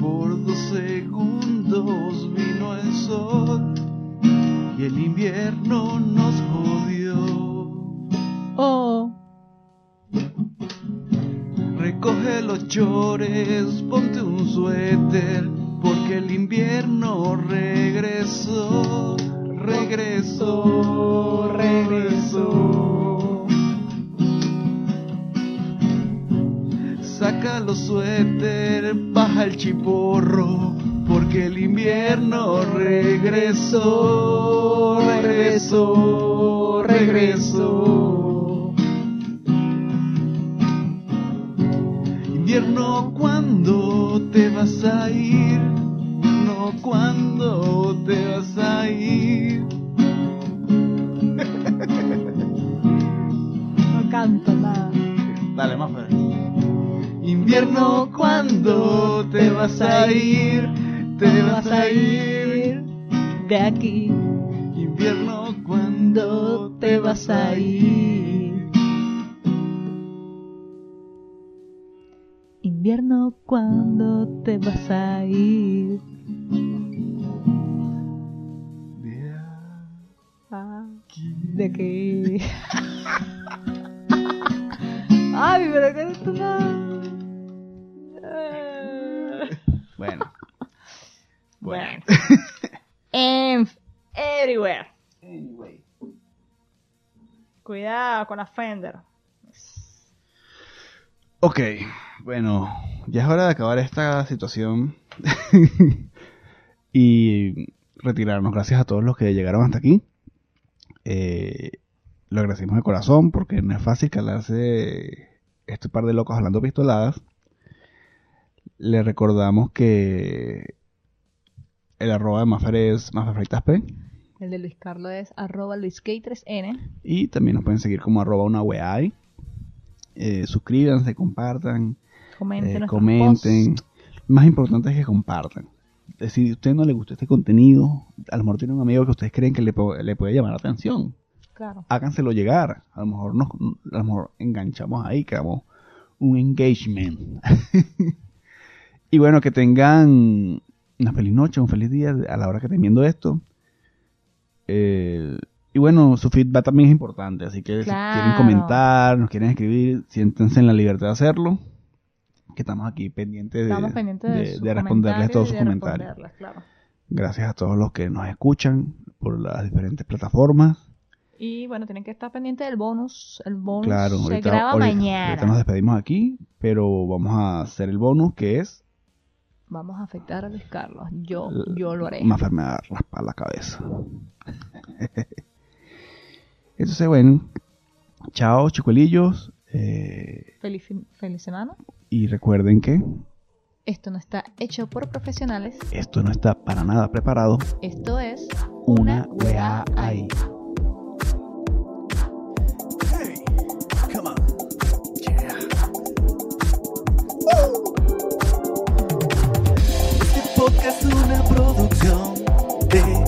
Speaker 4: por dos segundos vino el sol y el invierno nos jodió.
Speaker 3: Oh.
Speaker 4: Recoge los chores, ponte un suéter, porque el invierno regresó, regresó, regresó. Saca los suéter, baja el chiporro, porque el invierno regresó, regresó, regresó. Invierno, ¿cuándo te vas a ir? No, ¿cuándo te vas a ir?
Speaker 3: No canto nada.
Speaker 4: Dale, más fuerte. Invierno, ¿cuándo te vas a ir? Te vas a ir.
Speaker 3: de aquí.
Speaker 4: Invierno, ¿cuándo te vas a ir?
Speaker 3: Invierno, cuando te vas a ir?
Speaker 4: De
Speaker 3: Ah.
Speaker 4: aquí.
Speaker 3: de aquí. Ay, pero que esto no. Eh,
Speaker 4: Bueno.
Speaker 3: Bueno. En everywhere.
Speaker 4: Anyway.
Speaker 3: Cuidado con la Fender.
Speaker 4: Ok, bueno, ya es hora de acabar esta situación y retirarnos. Gracias a todos los que llegaron hasta aquí. Eh, lo agradecemos de corazón porque no es fácil calarse este par de locos hablando pistoladas. Le recordamos que el arroba de Maffer es P
Speaker 3: El de Luis Carlos es arroba luiskey3n.
Speaker 4: y también nos pueden seguir como arroba una weai. Eh, suscríbanse, compartan.
Speaker 3: Comenten.
Speaker 4: Eh,
Speaker 3: nuestros
Speaker 4: comenten.
Speaker 3: posts.
Speaker 4: Más importante es que compartan. Eh, si a usted no le gusta este contenido, a lo mejor tiene un amigo que ustedes creen que le, po- le puede llamar la atención.
Speaker 3: Claro.
Speaker 4: Háganselo llegar. A lo mejor nos a lo mejor enganchamos ahí, creamos un engagement. y bueno, que tengan una feliz noche, un feliz día a la hora que estén viendo esto. Eh, y bueno, su feedback también es importante, así que
Speaker 3: Claro.
Speaker 4: si quieren comentar, nos quieren escribir, siéntense en la libertad de hacerlo. Que estamos aquí pendientes de,
Speaker 3: Estamos pendientes de,
Speaker 4: de-
Speaker 3: sus
Speaker 4: de responderles
Speaker 3: comentarios
Speaker 4: todos
Speaker 3: y
Speaker 4: sus
Speaker 3: de
Speaker 4: comentarios.
Speaker 3: responderlas, claro.
Speaker 4: Gracias a todos los que nos escuchan por las diferentes plataformas.
Speaker 3: Y bueno, tienen que estar pendientes del bonus. El bonus
Speaker 4: Claro,
Speaker 3: se
Speaker 4: ahorita,
Speaker 3: graba
Speaker 4: ahorita-
Speaker 3: mañana.
Speaker 4: ahorita nos despedimos aquí, pero vamos a hacer el bonus que es
Speaker 3: Vamos a afectar a Luis Carlos. Yo,
Speaker 4: Eh,
Speaker 3: yo lo haré.
Speaker 4: una enfermedad raspa la cabeza. Entonces, bueno, chao, chicuelillos. eh,
Speaker 3: Feliz, fin- feliz semana.
Speaker 4: y recuerden que
Speaker 3: Esto no está hecho por profesionales.
Speaker 4: esto no está para nada preparado.
Speaker 3: Esto es
Speaker 4: Una weá ahí.
Speaker 1: Hey, come on. Yeah. Este podcast es una producción de.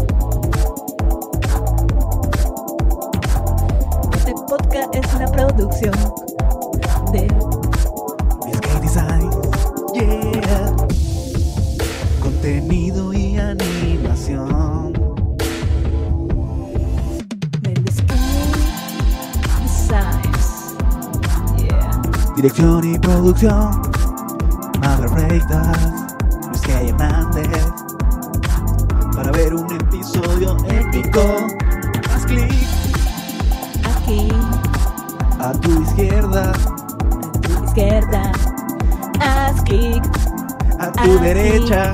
Speaker 5: Este podcast es una producción de
Speaker 1: Miss Gay Design. Yeah. Contenido y animación.
Speaker 5: Mendes Designs. Yeah.
Speaker 1: Dirección y producción. Madre Reitas. Luis Gay Hernández. Para ver un episodio épico, haz clic
Speaker 5: Aquí,
Speaker 1: a tu izquierda.
Speaker 5: a tu izquierda, haz clic,
Speaker 1: a tu
Speaker 5: Ah,
Speaker 1: derecha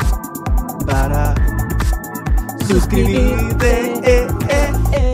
Speaker 1: para suscribirte.
Speaker 5: Suscribirte.
Speaker 1: Eh, eh.
Speaker 5: eh.
Speaker 1: Uh, Oh,